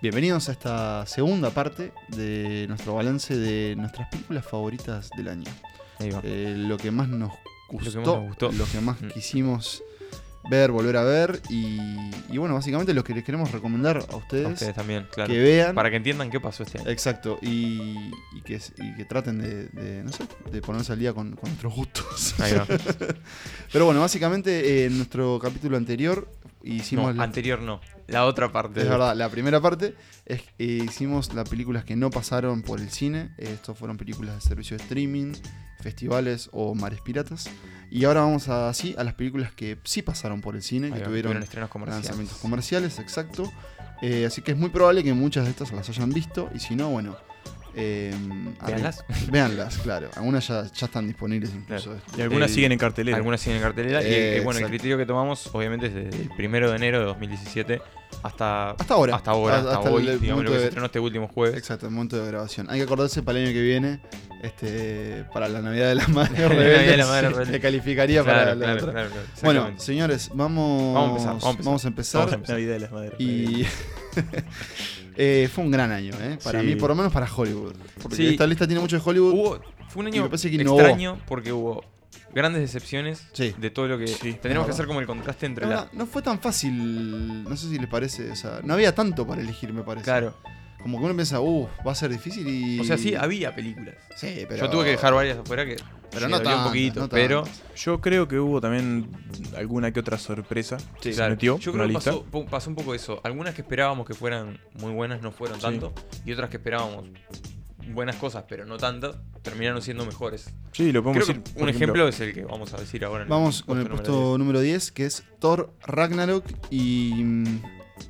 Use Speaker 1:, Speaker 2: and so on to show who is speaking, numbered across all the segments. Speaker 1: Bienvenidos a esta segunda parte de nuestro balance de nuestras películas favoritas del año.
Speaker 2: Ahí va.
Speaker 1: Eh, lo que más nos gustó,
Speaker 2: más nos gustó.
Speaker 1: lo que más
Speaker 2: Mm.
Speaker 1: quisimos ver, volver a ver y, y bueno, básicamente lo que les queremos recomendar a ustedes,
Speaker 2: A ustedes también, claro.
Speaker 1: que vean.
Speaker 2: Para que entiendan qué pasó este año.
Speaker 1: Exacto, y, y que, y que traten de, de, no sé, de ponerse al día con, con nuestros gustos.
Speaker 2: Ahí va.
Speaker 1: Pero bueno, básicamente eh, en nuestro capítulo anterior hicimos...
Speaker 2: No,
Speaker 1: la-
Speaker 2: anterior no. La otra parte.
Speaker 1: Es verdad, la primera parte es, eh, hicimos las películas que no pasaron por el cine. Eh, Estos fueron películas de servicio de streaming, festivales o mares piratas. Y ahora vamos a, sí, a las películas que sí pasaron por el cine,
Speaker 2: Ahí
Speaker 1: que
Speaker 2: va,
Speaker 1: tuvieron
Speaker 2: estrenos comerciales.
Speaker 1: lanzamientos comerciales, exacto. Eh, así que es muy probable que muchas de estas las hayan visto. Y si no, bueno. eh,
Speaker 2: Véanlas.
Speaker 1: arri- Véanlas, claro. Algunas ya, ya están disponibles incluso.
Speaker 3: Y algunas
Speaker 2: El-
Speaker 3: siguen en cartelera.
Speaker 2: Algunas siguen en cartelera. y
Speaker 1: Eh,
Speaker 2: eh, bueno, el
Speaker 1: exacto.
Speaker 2: criterio que tomamos, obviamente, es desde el primero de enero de 2017 hasta.
Speaker 1: Hasta ahora.
Speaker 2: Hasta ahora,
Speaker 1: A-
Speaker 2: hasta,
Speaker 1: hasta
Speaker 2: hoy,
Speaker 1: el- el
Speaker 2: digamos, lo
Speaker 1: punto
Speaker 2: que se
Speaker 1: de-
Speaker 2: estrenó este último jueves.
Speaker 1: Exacto, el momento de grabación. Hay que acordarse para el año que viene, este, para la Navidad de la Madre
Speaker 2: La Navidad
Speaker 1: Rebelde.
Speaker 2: de la Madre
Speaker 1: se-
Speaker 2: Rebelde.
Speaker 1: se calificaría para la otra.
Speaker 2: claro,
Speaker 1: Bueno,
Speaker 2: exactamente.
Speaker 1: señores, vamos,
Speaker 2: Vamos a empezar, vamos
Speaker 1: vamos a
Speaker 2: a empezar.
Speaker 1: empezar.
Speaker 2: Vamos a empezar.
Speaker 3: Navidad de las Madres.
Speaker 1: Y eh, fue un gran año, ¿eh? Para
Speaker 3: Sí.
Speaker 1: mí, por lo menos para Hollywood. Porque
Speaker 2: Sí.
Speaker 1: esta lista tiene mucho de Hollywood.
Speaker 2: Hubo, fue un
Speaker 1: Y
Speaker 2: año
Speaker 1: me parece que innovó.
Speaker 2: extraño porque hubo grandes decepciones
Speaker 1: Sí.
Speaker 2: de todo lo que.
Speaker 3: Sí,
Speaker 2: tendremos que
Speaker 1: es
Speaker 2: hacer como el contraste entre
Speaker 1: No,
Speaker 2: la.
Speaker 1: no, no fue tan fácil, no sé si les parece. O sea, no había tanto para elegir, me parece.
Speaker 2: Claro.
Speaker 1: Como que uno piensa, uff, va a ser difícil y.
Speaker 2: O sea, sí, había películas.
Speaker 1: Sí, pero.
Speaker 2: Yo tuve que dejar varias afuera que.
Speaker 1: Pero
Speaker 2: me
Speaker 1: no
Speaker 2: dolió un
Speaker 1: tantas,
Speaker 2: poquito,
Speaker 1: no
Speaker 2: pero.
Speaker 1: tantas.
Speaker 3: Yo creo que hubo también alguna que otra sorpresa. que se
Speaker 2: Claro.
Speaker 3: metió
Speaker 2: Yo
Speaker 3: en
Speaker 2: creo
Speaker 3: la
Speaker 2: que
Speaker 3: lista.
Speaker 2: pasó, pu- pasó un poco eso. Algunas que esperábamos que fueran muy buenas no fueron
Speaker 3: Sí.
Speaker 2: tanto. Y otras que esperábamos buenas cosas, pero no tantas, terminaron siendo mejores.
Speaker 3: Sí,
Speaker 2: Creo
Speaker 3: lo podemos
Speaker 2: que
Speaker 3: decir. por
Speaker 2: un ejemplo es el que vamos a decir ahora. en el
Speaker 1: Vamos con el
Speaker 2: número
Speaker 1: puesto número 10, que es Thor Ragnarok. Y mm,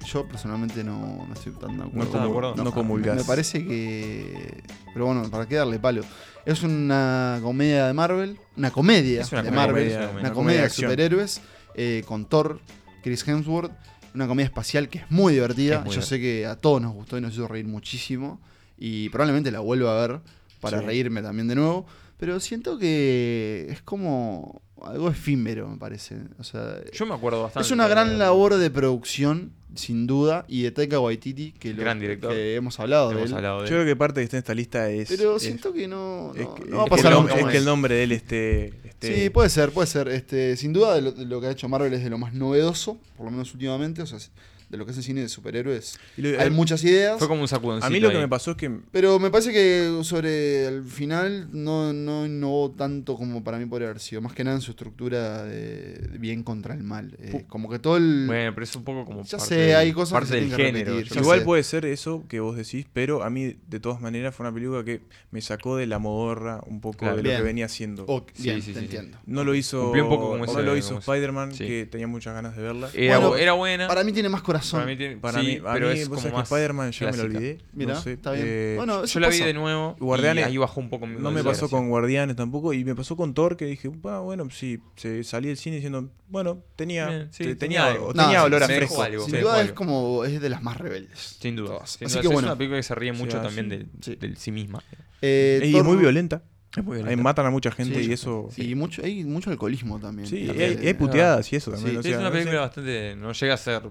Speaker 1: yo personalmente no, no estoy tan de acuerdo.
Speaker 3: No
Speaker 2: estás de acuerdo?
Speaker 3: No comulgás.
Speaker 1: Me parece que. Pero bueno, ¿para qué darle palo? Es una comedia de Marvel. Una comedia
Speaker 2: Es una
Speaker 1: de
Speaker 2: comedia,
Speaker 1: Marvel.
Speaker 2: es una
Speaker 1: una,
Speaker 2: comedia.
Speaker 1: comedia,
Speaker 3: Una comedia de
Speaker 1: de
Speaker 3: acción.
Speaker 1: superhéroes. eh, con Thor, Chris Hemsworth. Una comedia espacial que es muy divertida.
Speaker 2: Es muy
Speaker 1: yo sé que a todos nos gustó y nos hizo reír muchísimo. Y probablemente la vuelva a ver para
Speaker 3: Sí.
Speaker 1: reírme también de nuevo. Pero siento que es como algo efímero, me parece. O sea,
Speaker 2: diez. Yo me acuerdo bastante.
Speaker 1: es una
Speaker 2: de-
Speaker 1: gran labor de producción, sin duda, y de Taika Waititi, que, lo-
Speaker 2: Gran director.
Speaker 1: que hemos hablado de
Speaker 2: Hemos
Speaker 1: él.
Speaker 2: hablado
Speaker 3: Yo
Speaker 2: de
Speaker 3: creo que parte que está en esta lista es.
Speaker 1: Pero
Speaker 3: es-
Speaker 1: siento que no,
Speaker 3: es
Speaker 1: no-
Speaker 3: que-
Speaker 1: no va a
Speaker 3: es que el
Speaker 1: pasar
Speaker 3: nombre-
Speaker 1: mucho
Speaker 3: Es
Speaker 1: más.
Speaker 3: que el nombre de él esté. esté-
Speaker 1: eh. Sí, puede ser, puede ser. Este, sin duda, de lo, de lo que ha hecho Marvel es de lo más novedoso, por lo menos últimamente. O sea, de lo que es el cine de superhéroes.
Speaker 3: y lo-
Speaker 1: Hay muchas ideas.
Speaker 2: Fue como un sacudoncito.
Speaker 3: a mí lo que
Speaker 2: ahí.
Speaker 3: me pasó es que.
Speaker 1: Pero me parece que sobre el final no, no innovó tanto como para mí podría haber sido. Más que nada en su estructura de bien contra el mal. Eh,
Speaker 3: Pu-
Speaker 1: como que todo el.
Speaker 2: Bueno, pero es un poco como.
Speaker 1: Ya
Speaker 2: parte
Speaker 1: sé,
Speaker 2: del-
Speaker 1: hay cosas que
Speaker 2: parte
Speaker 1: se
Speaker 2: del
Speaker 1: tienen que
Speaker 2: género.
Speaker 1: repetir.
Speaker 2: yo-
Speaker 1: Ya
Speaker 3: Igual
Speaker 1: sé.
Speaker 3: puede ser eso que vos decís, pero a mí, de todas maneras, fue una película que me sacó de la modorra un poco
Speaker 2: Claro.
Speaker 3: de lo
Speaker 1: Bien.
Speaker 3: que venía haciendo.
Speaker 1: Ok,
Speaker 2: Sí,
Speaker 1: bien,
Speaker 2: sí,
Speaker 1: te
Speaker 2: sí, sí.
Speaker 1: entiendo.
Speaker 3: No lo hizo,
Speaker 2: Cumplió un poco como
Speaker 3: no
Speaker 2: ese-
Speaker 3: lo hizo
Speaker 2: como ese-
Speaker 3: Spider-Man,
Speaker 2: sí.
Speaker 3: que tenía muchas ganas de verla.
Speaker 2: Era,
Speaker 1: Bueno,
Speaker 2: era buena.
Speaker 1: Para mí tiene más corazón.
Speaker 2: para mí tiene-
Speaker 3: Para
Speaker 2: sí,
Speaker 3: mí, a
Speaker 2: pero
Speaker 3: mí,
Speaker 2: es
Speaker 3: vos
Speaker 2: como
Speaker 3: sabés que
Speaker 2: más.
Speaker 3: Spider-Man ya me
Speaker 2: clásica.
Speaker 3: lo olvidé.
Speaker 1: Mira,
Speaker 3: no sé,
Speaker 1: está bien.
Speaker 3: eh,
Speaker 1: bueno, eso
Speaker 2: Yo la vi
Speaker 1: pasa.
Speaker 2: de nuevo.
Speaker 3: Guardianes-
Speaker 2: Y ahí bajó un poco mi
Speaker 3: No me
Speaker 2: gracia.
Speaker 3: pasó con Guardianes tampoco. Y me pasó con Thor, que dije, "Ah, bueno, sí, se salí del cine diciendo, bueno, tenía,
Speaker 2: Bien, Eh, sí,
Speaker 3: te-
Speaker 2: tenía
Speaker 3: tenía,
Speaker 2: algo.
Speaker 3: o
Speaker 1: No,
Speaker 3: tenía
Speaker 1: sí,
Speaker 3: olor a
Speaker 1: sí,
Speaker 2: me dejó
Speaker 3: fresco.
Speaker 2: algo.
Speaker 1: Sin
Speaker 2: Sí,
Speaker 1: duda
Speaker 2: igual.
Speaker 1: es como. Es de las más rebeldes.
Speaker 2: Sin duda.
Speaker 1: Todas.
Speaker 2: sin
Speaker 1: Así
Speaker 2: duda.
Speaker 1: que
Speaker 2: Es
Speaker 1: bueno.
Speaker 2: una película que se ríe mucho
Speaker 3: sea,
Speaker 2: también
Speaker 3: sí.
Speaker 2: del-
Speaker 1: Sí.
Speaker 2: del sí misma.
Speaker 1: Eh,
Speaker 3: Y
Speaker 1: Thor-
Speaker 3: es muy violenta.
Speaker 2: Es muy
Speaker 3: Ahí matan a mucha gente
Speaker 1: Sí,
Speaker 3: y eso. Sí,
Speaker 1: Y mucho, hay mucho alcoholismo también.
Speaker 3: hay,
Speaker 1: También,
Speaker 3: hay
Speaker 1: eh,
Speaker 3: puteadas y eso también.
Speaker 1: Sí,
Speaker 3: o
Speaker 2: es
Speaker 3: sea,
Speaker 2: una
Speaker 3: no sé.
Speaker 2: película bastante. No llega a ser.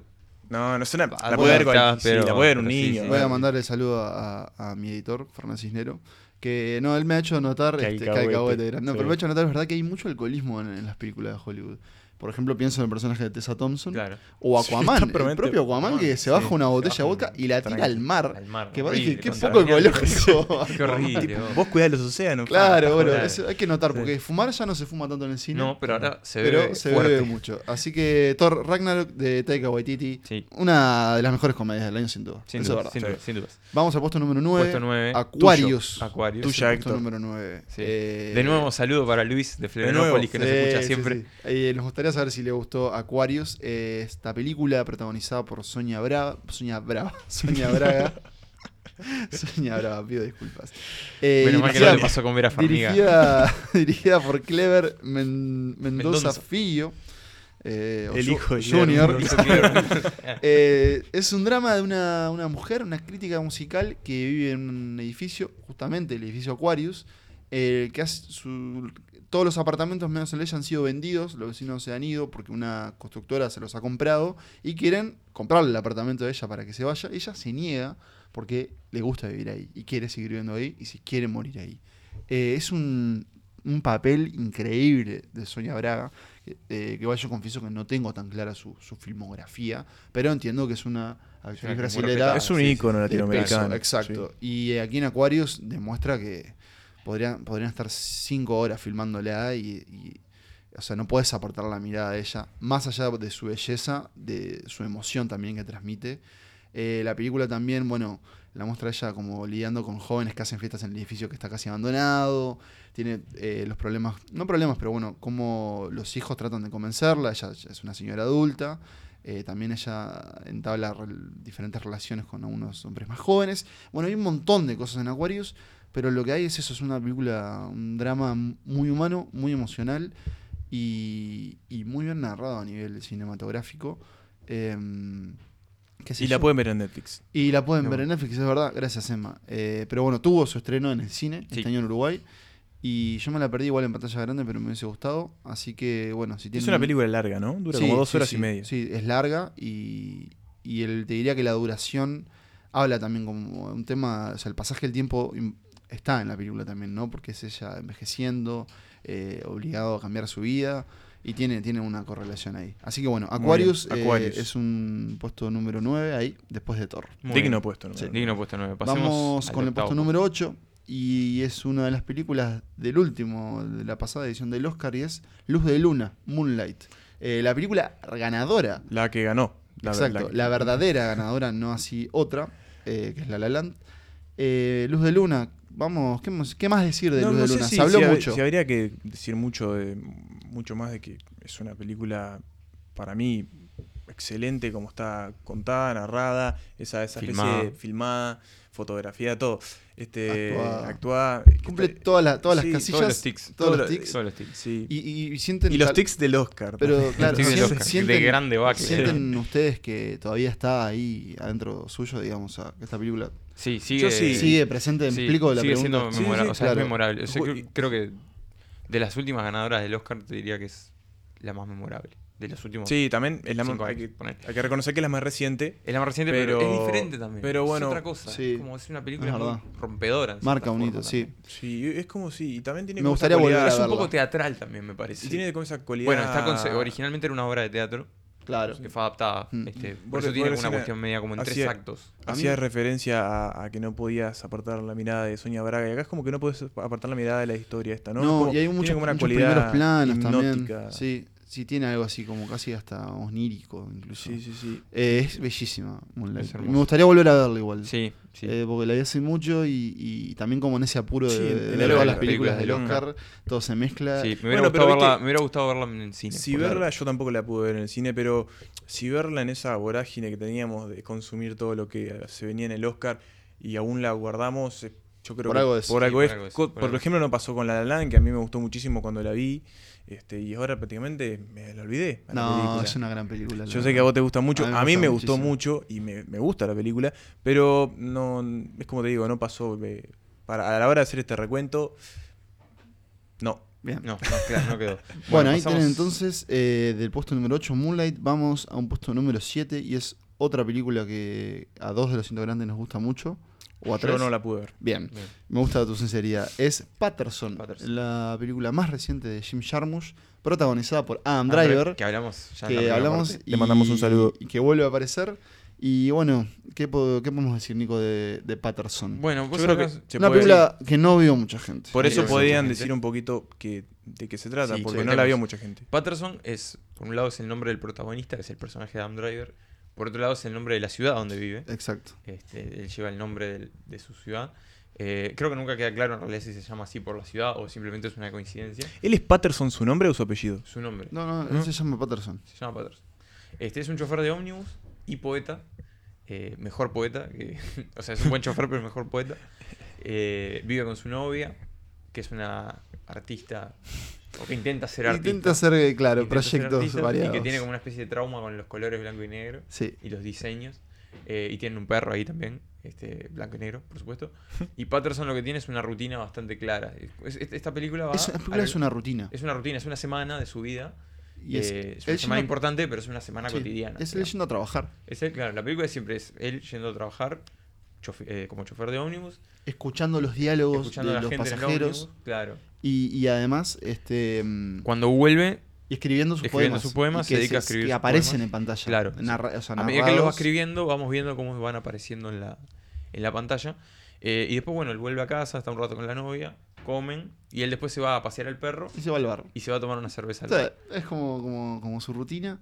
Speaker 3: No, no es una. La
Speaker 2: Ah, Bueno,
Speaker 3: puede ver cual-
Speaker 2: está,
Speaker 3: sí,
Speaker 2: pero-
Speaker 3: la puede ver un
Speaker 2: pero sí,
Speaker 3: niño.
Speaker 2: sí.
Speaker 1: Voy a mandar el saludo a, a mi editor, Fernández Cisnero, que no, él me ha hecho notar
Speaker 3: Que
Speaker 1: este, que
Speaker 3: alcahuete,
Speaker 1: alcahuete era. No, pero
Speaker 3: sí.
Speaker 1: me ha hecho notar, es verdad, que hay mucho alcoholismo en, en las películas de Hollywood. Por ejemplo, pienso en el personaje de Tessa Thompson
Speaker 2: Claro.
Speaker 1: o
Speaker 3: Sí,
Speaker 1: Aquaman, el
Speaker 3: propiamente.
Speaker 1: propio Aquaman que
Speaker 2: Aquaman,
Speaker 1: se baja
Speaker 3: sí,
Speaker 1: una
Speaker 3: se
Speaker 1: botella de
Speaker 3: baja
Speaker 1: vodka
Speaker 3: un-
Speaker 1: y la tira al
Speaker 3: tranqui-
Speaker 1: mar.
Speaker 2: Al mar.
Speaker 1: Que va a
Speaker 2: horrible,
Speaker 1: decir, qué
Speaker 2: contra-
Speaker 1: poco alcohólico.
Speaker 2: Qué horrible. vos.
Speaker 3: Vos cuidás los océanos.
Speaker 1: Claro, bueno,
Speaker 2: Claro.
Speaker 1: eso hay que notar, porque fumar ya no se fuma tanto en el cine.
Speaker 2: No, pero ahora se ve.
Speaker 1: pero se
Speaker 2: fuerte.
Speaker 1: bebe mucho. Así que Thor Ragnarok de Taika Waititi,
Speaker 2: Sí.
Speaker 1: una de las mejores comedias del año sin duda.
Speaker 2: Sin
Speaker 1: Eso es
Speaker 2: dudas.
Speaker 1: verdad.
Speaker 2: Sin dudas. Sin dudas.
Speaker 1: Vamos al puesto número 9.
Speaker 2: Puesto nueve,
Speaker 1: Acuarios.
Speaker 2: Acuario.
Speaker 3: Tuya,
Speaker 1: Es el puesto
Speaker 3: Héctor.
Speaker 1: número Eh, 9.
Speaker 2: Sí. De nuevo, saludo para Luis de
Speaker 3: nuevo.
Speaker 2: Florianópolis que nos escucha siempre.
Speaker 1: eh, nos gustaría saber si le gustó Aquarius, eh, esta película protagonizada por Sonia Braga. Sonia Braga. Sonia Braga. Sonia Braga, pido disculpas. Eh,
Speaker 2: Menos mal que no
Speaker 1: dirigida-
Speaker 2: le pasó con Vera Farmiga.
Speaker 1: dirigida, dirigida por Clever Men- Mendoza,
Speaker 2: Mendoza.
Speaker 1: Fillo. eh, o
Speaker 3: El
Speaker 1: Ju-
Speaker 3: hijo de
Speaker 1: Junior.
Speaker 3: Guillermo
Speaker 1: Eh, es un drama de una, una mujer, una crítica musical que vive en un edificio, justamente el edificio Aquarius, eh, que hace su- todos los apartamentos menos el de ella han sido vendidos, los vecinos se han ido porque una constructora se los ha comprado y quieren comprarle el apartamento de ella para que se vaya. Ella se niega porque le gusta vivir ahí y quiere seguir viviendo ahí y si quiere morir ahí. Eh, es un, un papel increíble de Sonia Braga, que, eh, que igual yo confieso que no tengo tan clara su, su filmografía, pero entiendo que es una actriz
Speaker 2: muy
Speaker 1: brasilera
Speaker 2: respetada.
Speaker 3: es un
Speaker 2: sí, sí,
Speaker 3: ícono
Speaker 1: de
Speaker 3: latinoamericano.
Speaker 1: peso, exacto.
Speaker 3: sí.
Speaker 1: Y eh, aquí en Aquarius demuestra que podrían, podrían estar cinco horas filmándola y, y, o sea, no puedes apartar la mirada de ella, más allá de su belleza, de su emoción también que transmite. Eh, la película también, bueno, la muestra ella como lidiando con jóvenes que hacen fiestas en el edificio que está casi abandonado. Tiene eh, los problemas, no problemas, pero bueno, cómo los hijos tratan de convencerla. Ella ya es una señora adulta. Eh, también ella entabla rel- diferentes relaciones con algunos hombres más jóvenes. Bueno, hay un montón de cosas en Aquarius, pero lo que hay es eso, es una película, un drama m- muy humano, muy emocional y, y muy bien narrado a nivel cinematográfico. Em, qué sé
Speaker 3: Y la
Speaker 1: yo.
Speaker 3: pueden ver en Netflix.
Speaker 1: Y la pueden
Speaker 3: No.
Speaker 1: ver en Netflix, es verdad. Gracias, Emma. Eh, pero bueno, tuvo su estreno en el cine
Speaker 2: Sí.
Speaker 1: este año en Uruguay. Y yo me la perdí igual en pantalla grande, pero me hubiese gustado. Así que, bueno, si tienen...
Speaker 3: Es una película larga, ¿no? Dura
Speaker 1: Sí,
Speaker 3: como dos
Speaker 1: sí,
Speaker 3: horas
Speaker 1: sí.
Speaker 3: y media.
Speaker 1: Sí, es larga y, y el, te diría que la duración habla también como un tema, o sea, el pasaje del tiempo im- está en la película también, ¿no? Porque es ella envejeciendo, eh, obligado a cambiar su vida y tiene, tiene una correlación ahí. Así que bueno,
Speaker 3: bien,
Speaker 1: Aquarius, eh,
Speaker 3: Aquarius.
Speaker 1: es un puesto número 9 ahí, después de Thor.
Speaker 2: Muy
Speaker 3: Digno
Speaker 2: bien.
Speaker 3: puesto, ¿no?
Speaker 1: Sí.
Speaker 2: Digno puesto 9.
Speaker 1: Vamos con el puesto número 8 y es una de las películas del último, de la pasada edición del Oscar y es Luz de Luna, Moonlight. Eh, la película ganadora
Speaker 3: La que ganó. La,
Speaker 1: Exacto,
Speaker 3: que-
Speaker 1: la, verdadera ganadora, no así otra, eh, que es La La Land. Eh, Luz de Luna, vamos, ¿qué, más- qué más decir de
Speaker 3: No,
Speaker 1: Luz
Speaker 3: no
Speaker 1: de
Speaker 3: sé
Speaker 1: Luna?
Speaker 3: si-
Speaker 1: Se habló
Speaker 3: si hab-
Speaker 1: mucho.
Speaker 3: si habría que decir mucho, de, mucho más de que es una película, para mí, excelente como está contada, narrada, esa, esa
Speaker 2: Filmada.
Speaker 3: especie de filmada, fotografía, todo. Este,
Speaker 1: Actuada.
Speaker 3: actuada. que
Speaker 1: Cumple
Speaker 3: está-
Speaker 1: todas las, todas las
Speaker 3: sí, todos
Speaker 2: Todos los
Speaker 1: casillas,
Speaker 2: tics.
Speaker 1: todos los
Speaker 3: todos los-
Speaker 1: tics.
Speaker 2: Todos los tics.
Speaker 3: sí.
Speaker 1: Y,
Speaker 3: Y,
Speaker 1: y- y sienten.
Speaker 3: los
Speaker 1: tal-
Speaker 3: tics del Oscar.
Speaker 1: Pero claro,
Speaker 2: tics del
Speaker 1: sien-
Speaker 2: Oscar, de
Speaker 1: sienten,
Speaker 2: gran debacle.
Speaker 1: sienten ustedes que todavía está ahí adentro suyo, digamos, a- que esta película
Speaker 2: Sí, sigue.
Speaker 3: Yo sí.
Speaker 1: sigue presente en
Speaker 2: sí,
Speaker 1: plico de la
Speaker 2: sigue
Speaker 1: pregunta.
Speaker 2: siendo
Speaker 3: Sí,
Speaker 2: memorable.
Speaker 3: sí,
Speaker 2: o sea,
Speaker 1: claro.
Speaker 2: es memorable. O sea,
Speaker 3: Ju-
Speaker 2: creo, creo que de las últimas ganadoras del Oscar te diría que es la más memorable. De los últimos.
Speaker 3: sí, también es la más-
Speaker 2: Cinco
Speaker 3: hay,
Speaker 2: años,
Speaker 3: que,
Speaker 2: ponele.
Speaker 3: hay que reconocer que es la más reciente.
Speaker 2: Es la más reciente, pero,
Speaker 3: Pero-
Speaker 2: es diferente también.
Speaker 3: pero bueno,
Speaker 2: es otra cosa.
Speaker 1: sí.
Speaker 2: Es como es una película
Speaker 1: Es
Speaker 2: muy
Speaker 1: verdad.
Speaker 2: rompedora. en
Speaker 1: Marca
Speaker 2: cierta
Speaker 1: un
Speaker 2: forma
Speaker 1: hito, sí.
Speaker 2: también.
Speaker 3: Sí, es como si. Y también tiene
Speaker 1: Me
Speaker 3: como esa
Speaker 1: gustaría volver a
Speaker 3: cualidad-
Speaker 2: Es un poco
Speaker 1: verla.
Speaker 2: teatral también, me parece.
Speaker 3: Y tiene como esa cualidad.
Speaker 2: bueno, está conce- originalmente era una obra de teatro
Speaker 1: Claro.
Speaker 2: que fue adaptada.
Speaker 1: Mm.
Speaker 2: este,
Speaker 3: Vos
Speaker 2: por eso tiene
Speaker 3: rec- vos
Speaker 2: una
Speaker 3: recién-
Speaker 2: cuestión media como en
Speaker 3: así
Speaker 2: tres
Speaker 3: es.
Speaker 2: actos.
Speaker 1: A mí-
Speaker 3: Hacía referencia a, a que no podías apartar la mirada de Sonia Braga. Y acá es como que no puedes apartar la mirada de la historia esta, ¿no?
Speaker 1: No,
Speaker 3: Es como-
Speaker 1: y hay
Speaker 3: tiene
Speaker 1: muchos,
Speaker 3: como una
Speaker 1: muchos
Speaker 3: cualidad
Speaker 1: primeros planos
Speaker 3: hipnótica.
Speaker 1: también. Sí, sí, tiene algo así como casi hasta onírico incluso.
Speaker 3: sí, sí, sí.
Speaker 1: Eh, es bellísima Moonlight.
Speaker 2: Es hermosa.
Speaker 1: Me gustaría volver a verla igual.
Speaker 2: Sí, sí.
Speaker 1: Eh, porque la vi hace mucho y, y también como en ese apuro de,
Speaker 3: Sí, en-
Speaker 1: de
Speaker 3: en
Speaker 1: ver
Speaker 3: el
Speaker 1: todas
Speaker 3: orden.
Speaker 1: las películas del
Speaker 2: Películas del
Speaker 1: Oscar, todo se mezcla.
Speaker 2: Sí, me, hubiera
Speaker 3: Bueno,
Speaker 2: gustado
Speaker 3: pero
Speaker 2: verla,
Speaker 3: viste-
Speaker 2: me hubiera gustado verla en el cine.
Speaker 3: Si
Speaker 2: por
Speaker 3: verla,
Speaker 2: ejemplo.
Speaker 3: yo tampoco la pude ver en el cine, pero si verla en esa vorágine que teníamos de consumir todo lo que eh, se venía en el Oscar y aún la guardamos, eh, yo creo
Speaker 1: Por
Speaker 3: que
Speaker 1: algo es.
Speaker 3: por algo
Speaker 2: Sí,
Speaker 3: es.
Speaker 2: por algo es,
Speaker 3: Co-
Speaker 2: por
Speaker 3: Por,
Speaker 2: algo es.
Speaker 3: ejemplo, no pasó con La La Land, que a mí me gustó muchísimo cuando la vi, este, y ahora prácticamente me la olvidé. a la
Speaker 1: No,
Speaker 3: película.
Speaker 1: es una gran película. la
Speaker 3: Yo sé
Speaker 1: verdad.
Speaker 3: que a vos te gusta mucho, a mí, me
Speaker 1: gusta
Speaker 3: gustó mucho y me, me gusta la película, pero no es como te digo, no pasó. eh, para, a la hora de hacer este recuento, no.
Speaker 1: Bien.
Speaker 2: No, no, claro, no quedó.
Speaker 1: Bueno, ahí tienen entonces eh, del puesto número 8 Moonlight, vamos a un puesto número 7 y es otra película que a dos de los integrantes nos gusta mucho. O a
Speaker 3: Yo
Speaker 1: tres.
Speaker 3: no la pude ver.
Speaker 1: Bien,
Speaker 2: Bien.
Speaker 1: me gusta tu sinceridad. Es Patterson,
Speaker 2: Patterson.
Speaker 1: la película más reciente de Jim Jarmusch, protagonizada por Adam
Speaker 2: André,
Speaker 1: Driver.
Speaker 2: Ah, Que hablamos ya en la
Speaker 1: que
Speaker 2: primera
Speaker 1: hablamos
Speaker 2: parte.
Speaker 1: y,
Speaker 3: Le mandamos un saludo.
Speaker 1: y que vuelve a aparecer. Y bueno, ¿qué, po- qué podemos decir, Nico, de, de Patterson?
Speaker 2: Bueno, vos
Speaker 3: Yo creo que
Speaker 2: hablás-
Speaker 3: se
Speaker 1: Una
Speaker 3: puede
Speaker 1: película que no vio mucha gente.
Speaker 3: Por
Speaker 2: Sí,
Speaker 3: eso
Speaker 2: sí,
Speaker 3: podían
Speaker 2: sí.
Speaker 3: decir un poquito que, de qué se trata,
Speaker 2: Sí,
Speaker 3: porque
Speaker 2: sí.
Speaker 3: no la vio mucha gente.
Speaker 2: Patterson es, por un lado, es el nombre del protagonista, que es el personaje de Adam Driver. Por otro lado, es el nombre de la ciudad donde vive.
Speaker 1: Exacto.
Speaker 2: Este, él lleva el nombre del- de su ciudad. Eh, creo que nunca queda claro en realidad si se llama así por la ciudad o simplemente es una coincidencia.
Speaker 3: ¿Él es Patterson su nombre o su apellido?
Speaker 2: Su nombre.
Speaker 1: No, no, no
Speaker 3: ¿No?
Speaker 1: se llama Patterson.
Speaker 2: Se llama Patterson. Este es un chofer de ómnibus y poeta. eh, mejor poeta. que- o sea, es un buen chofer, pero mejor poeta. Eh, vive con su novia, que es una artista. O que intenta ser artista.
Speaker 1: Intenta hacer, eh, claro,
Speaker 2: intenta ser
Speaker 1: proyectos
Speaker 2: artista,
Speaker 1: variados.
Speaker 2: Y que tiene como una especie de trauma con los colores blanco y negro
Speaker 1: Sí,
Speaker 2: y los diseños. eh, y tienen un perro ahí también, eh, este, blanco y negro, por supuesto. Y Patterson lo que tiene es una rutina bastante clara. Es- es- esta película va.
Speaker 1: Es, la película
Speaker 2: a-
Speaker 1: es una rutina.
Speaker 2: es una rutina, es una semana de su vida.
Speaker 1: y es,
Speaker 2: Eh, es
Speaker 1: él
Speaker 2: una semana
Speaker 1: yendo-
Speaker 2: importante, pero es una semana
Speaker 1: sí,
Speaker 2: cotidiana.
Speaker 1: Es él
Speaker 2: digamos.
Speaker 1: yendo a trabajar,
Speaker 2: Es él, claro, la película siempre es él yendo a trabajar chofe- eh, como chofer de ómnibus,
Speaker 1: escuchando los diálogos
Speaker 2: escuchando
Speaker 1: de
Speaker 2: a la
Speaker 1: los
Speaker 2: gente en el
Speaker 1: pasajeros
Speaker 2: ómnibus, claro.
Speaker 1: y, y además este, mm,
Speaker 2: Cuando vuelve,
Speaker 1: y escribiendo sus
Speaker 2: escribiendo
Speaker 1: poemas.
Speaker 2: sus poemas,
Speaker 1: y
Speaker 2: se dedica a escribir
Speaker 1: Que
Speaker 2: sus
Speaker 1: aparecen
Speaker 2: poemas.
Speaker 1: en pantalla.
Speaker 2: Claro, sí.
Speaker 1: narra- o sea,
Speaker 2: a medida que él los va
Speaker 1: narrados.
Speaker 2: escribiendo, vamos viendo cómo van apareciendo en la, en la pantalla. Eh, y después, bueno, él vuelve a casa, está un rato con la novia, comen, y él después se va a pasear al perro
Speaker 1: Y se va al bar.
Speaker 2: y se va a tomar una cerveza. al
Speaker 1: O sea,
Speaker 2: bar.
Speaker 1: es como, como, como su rutina.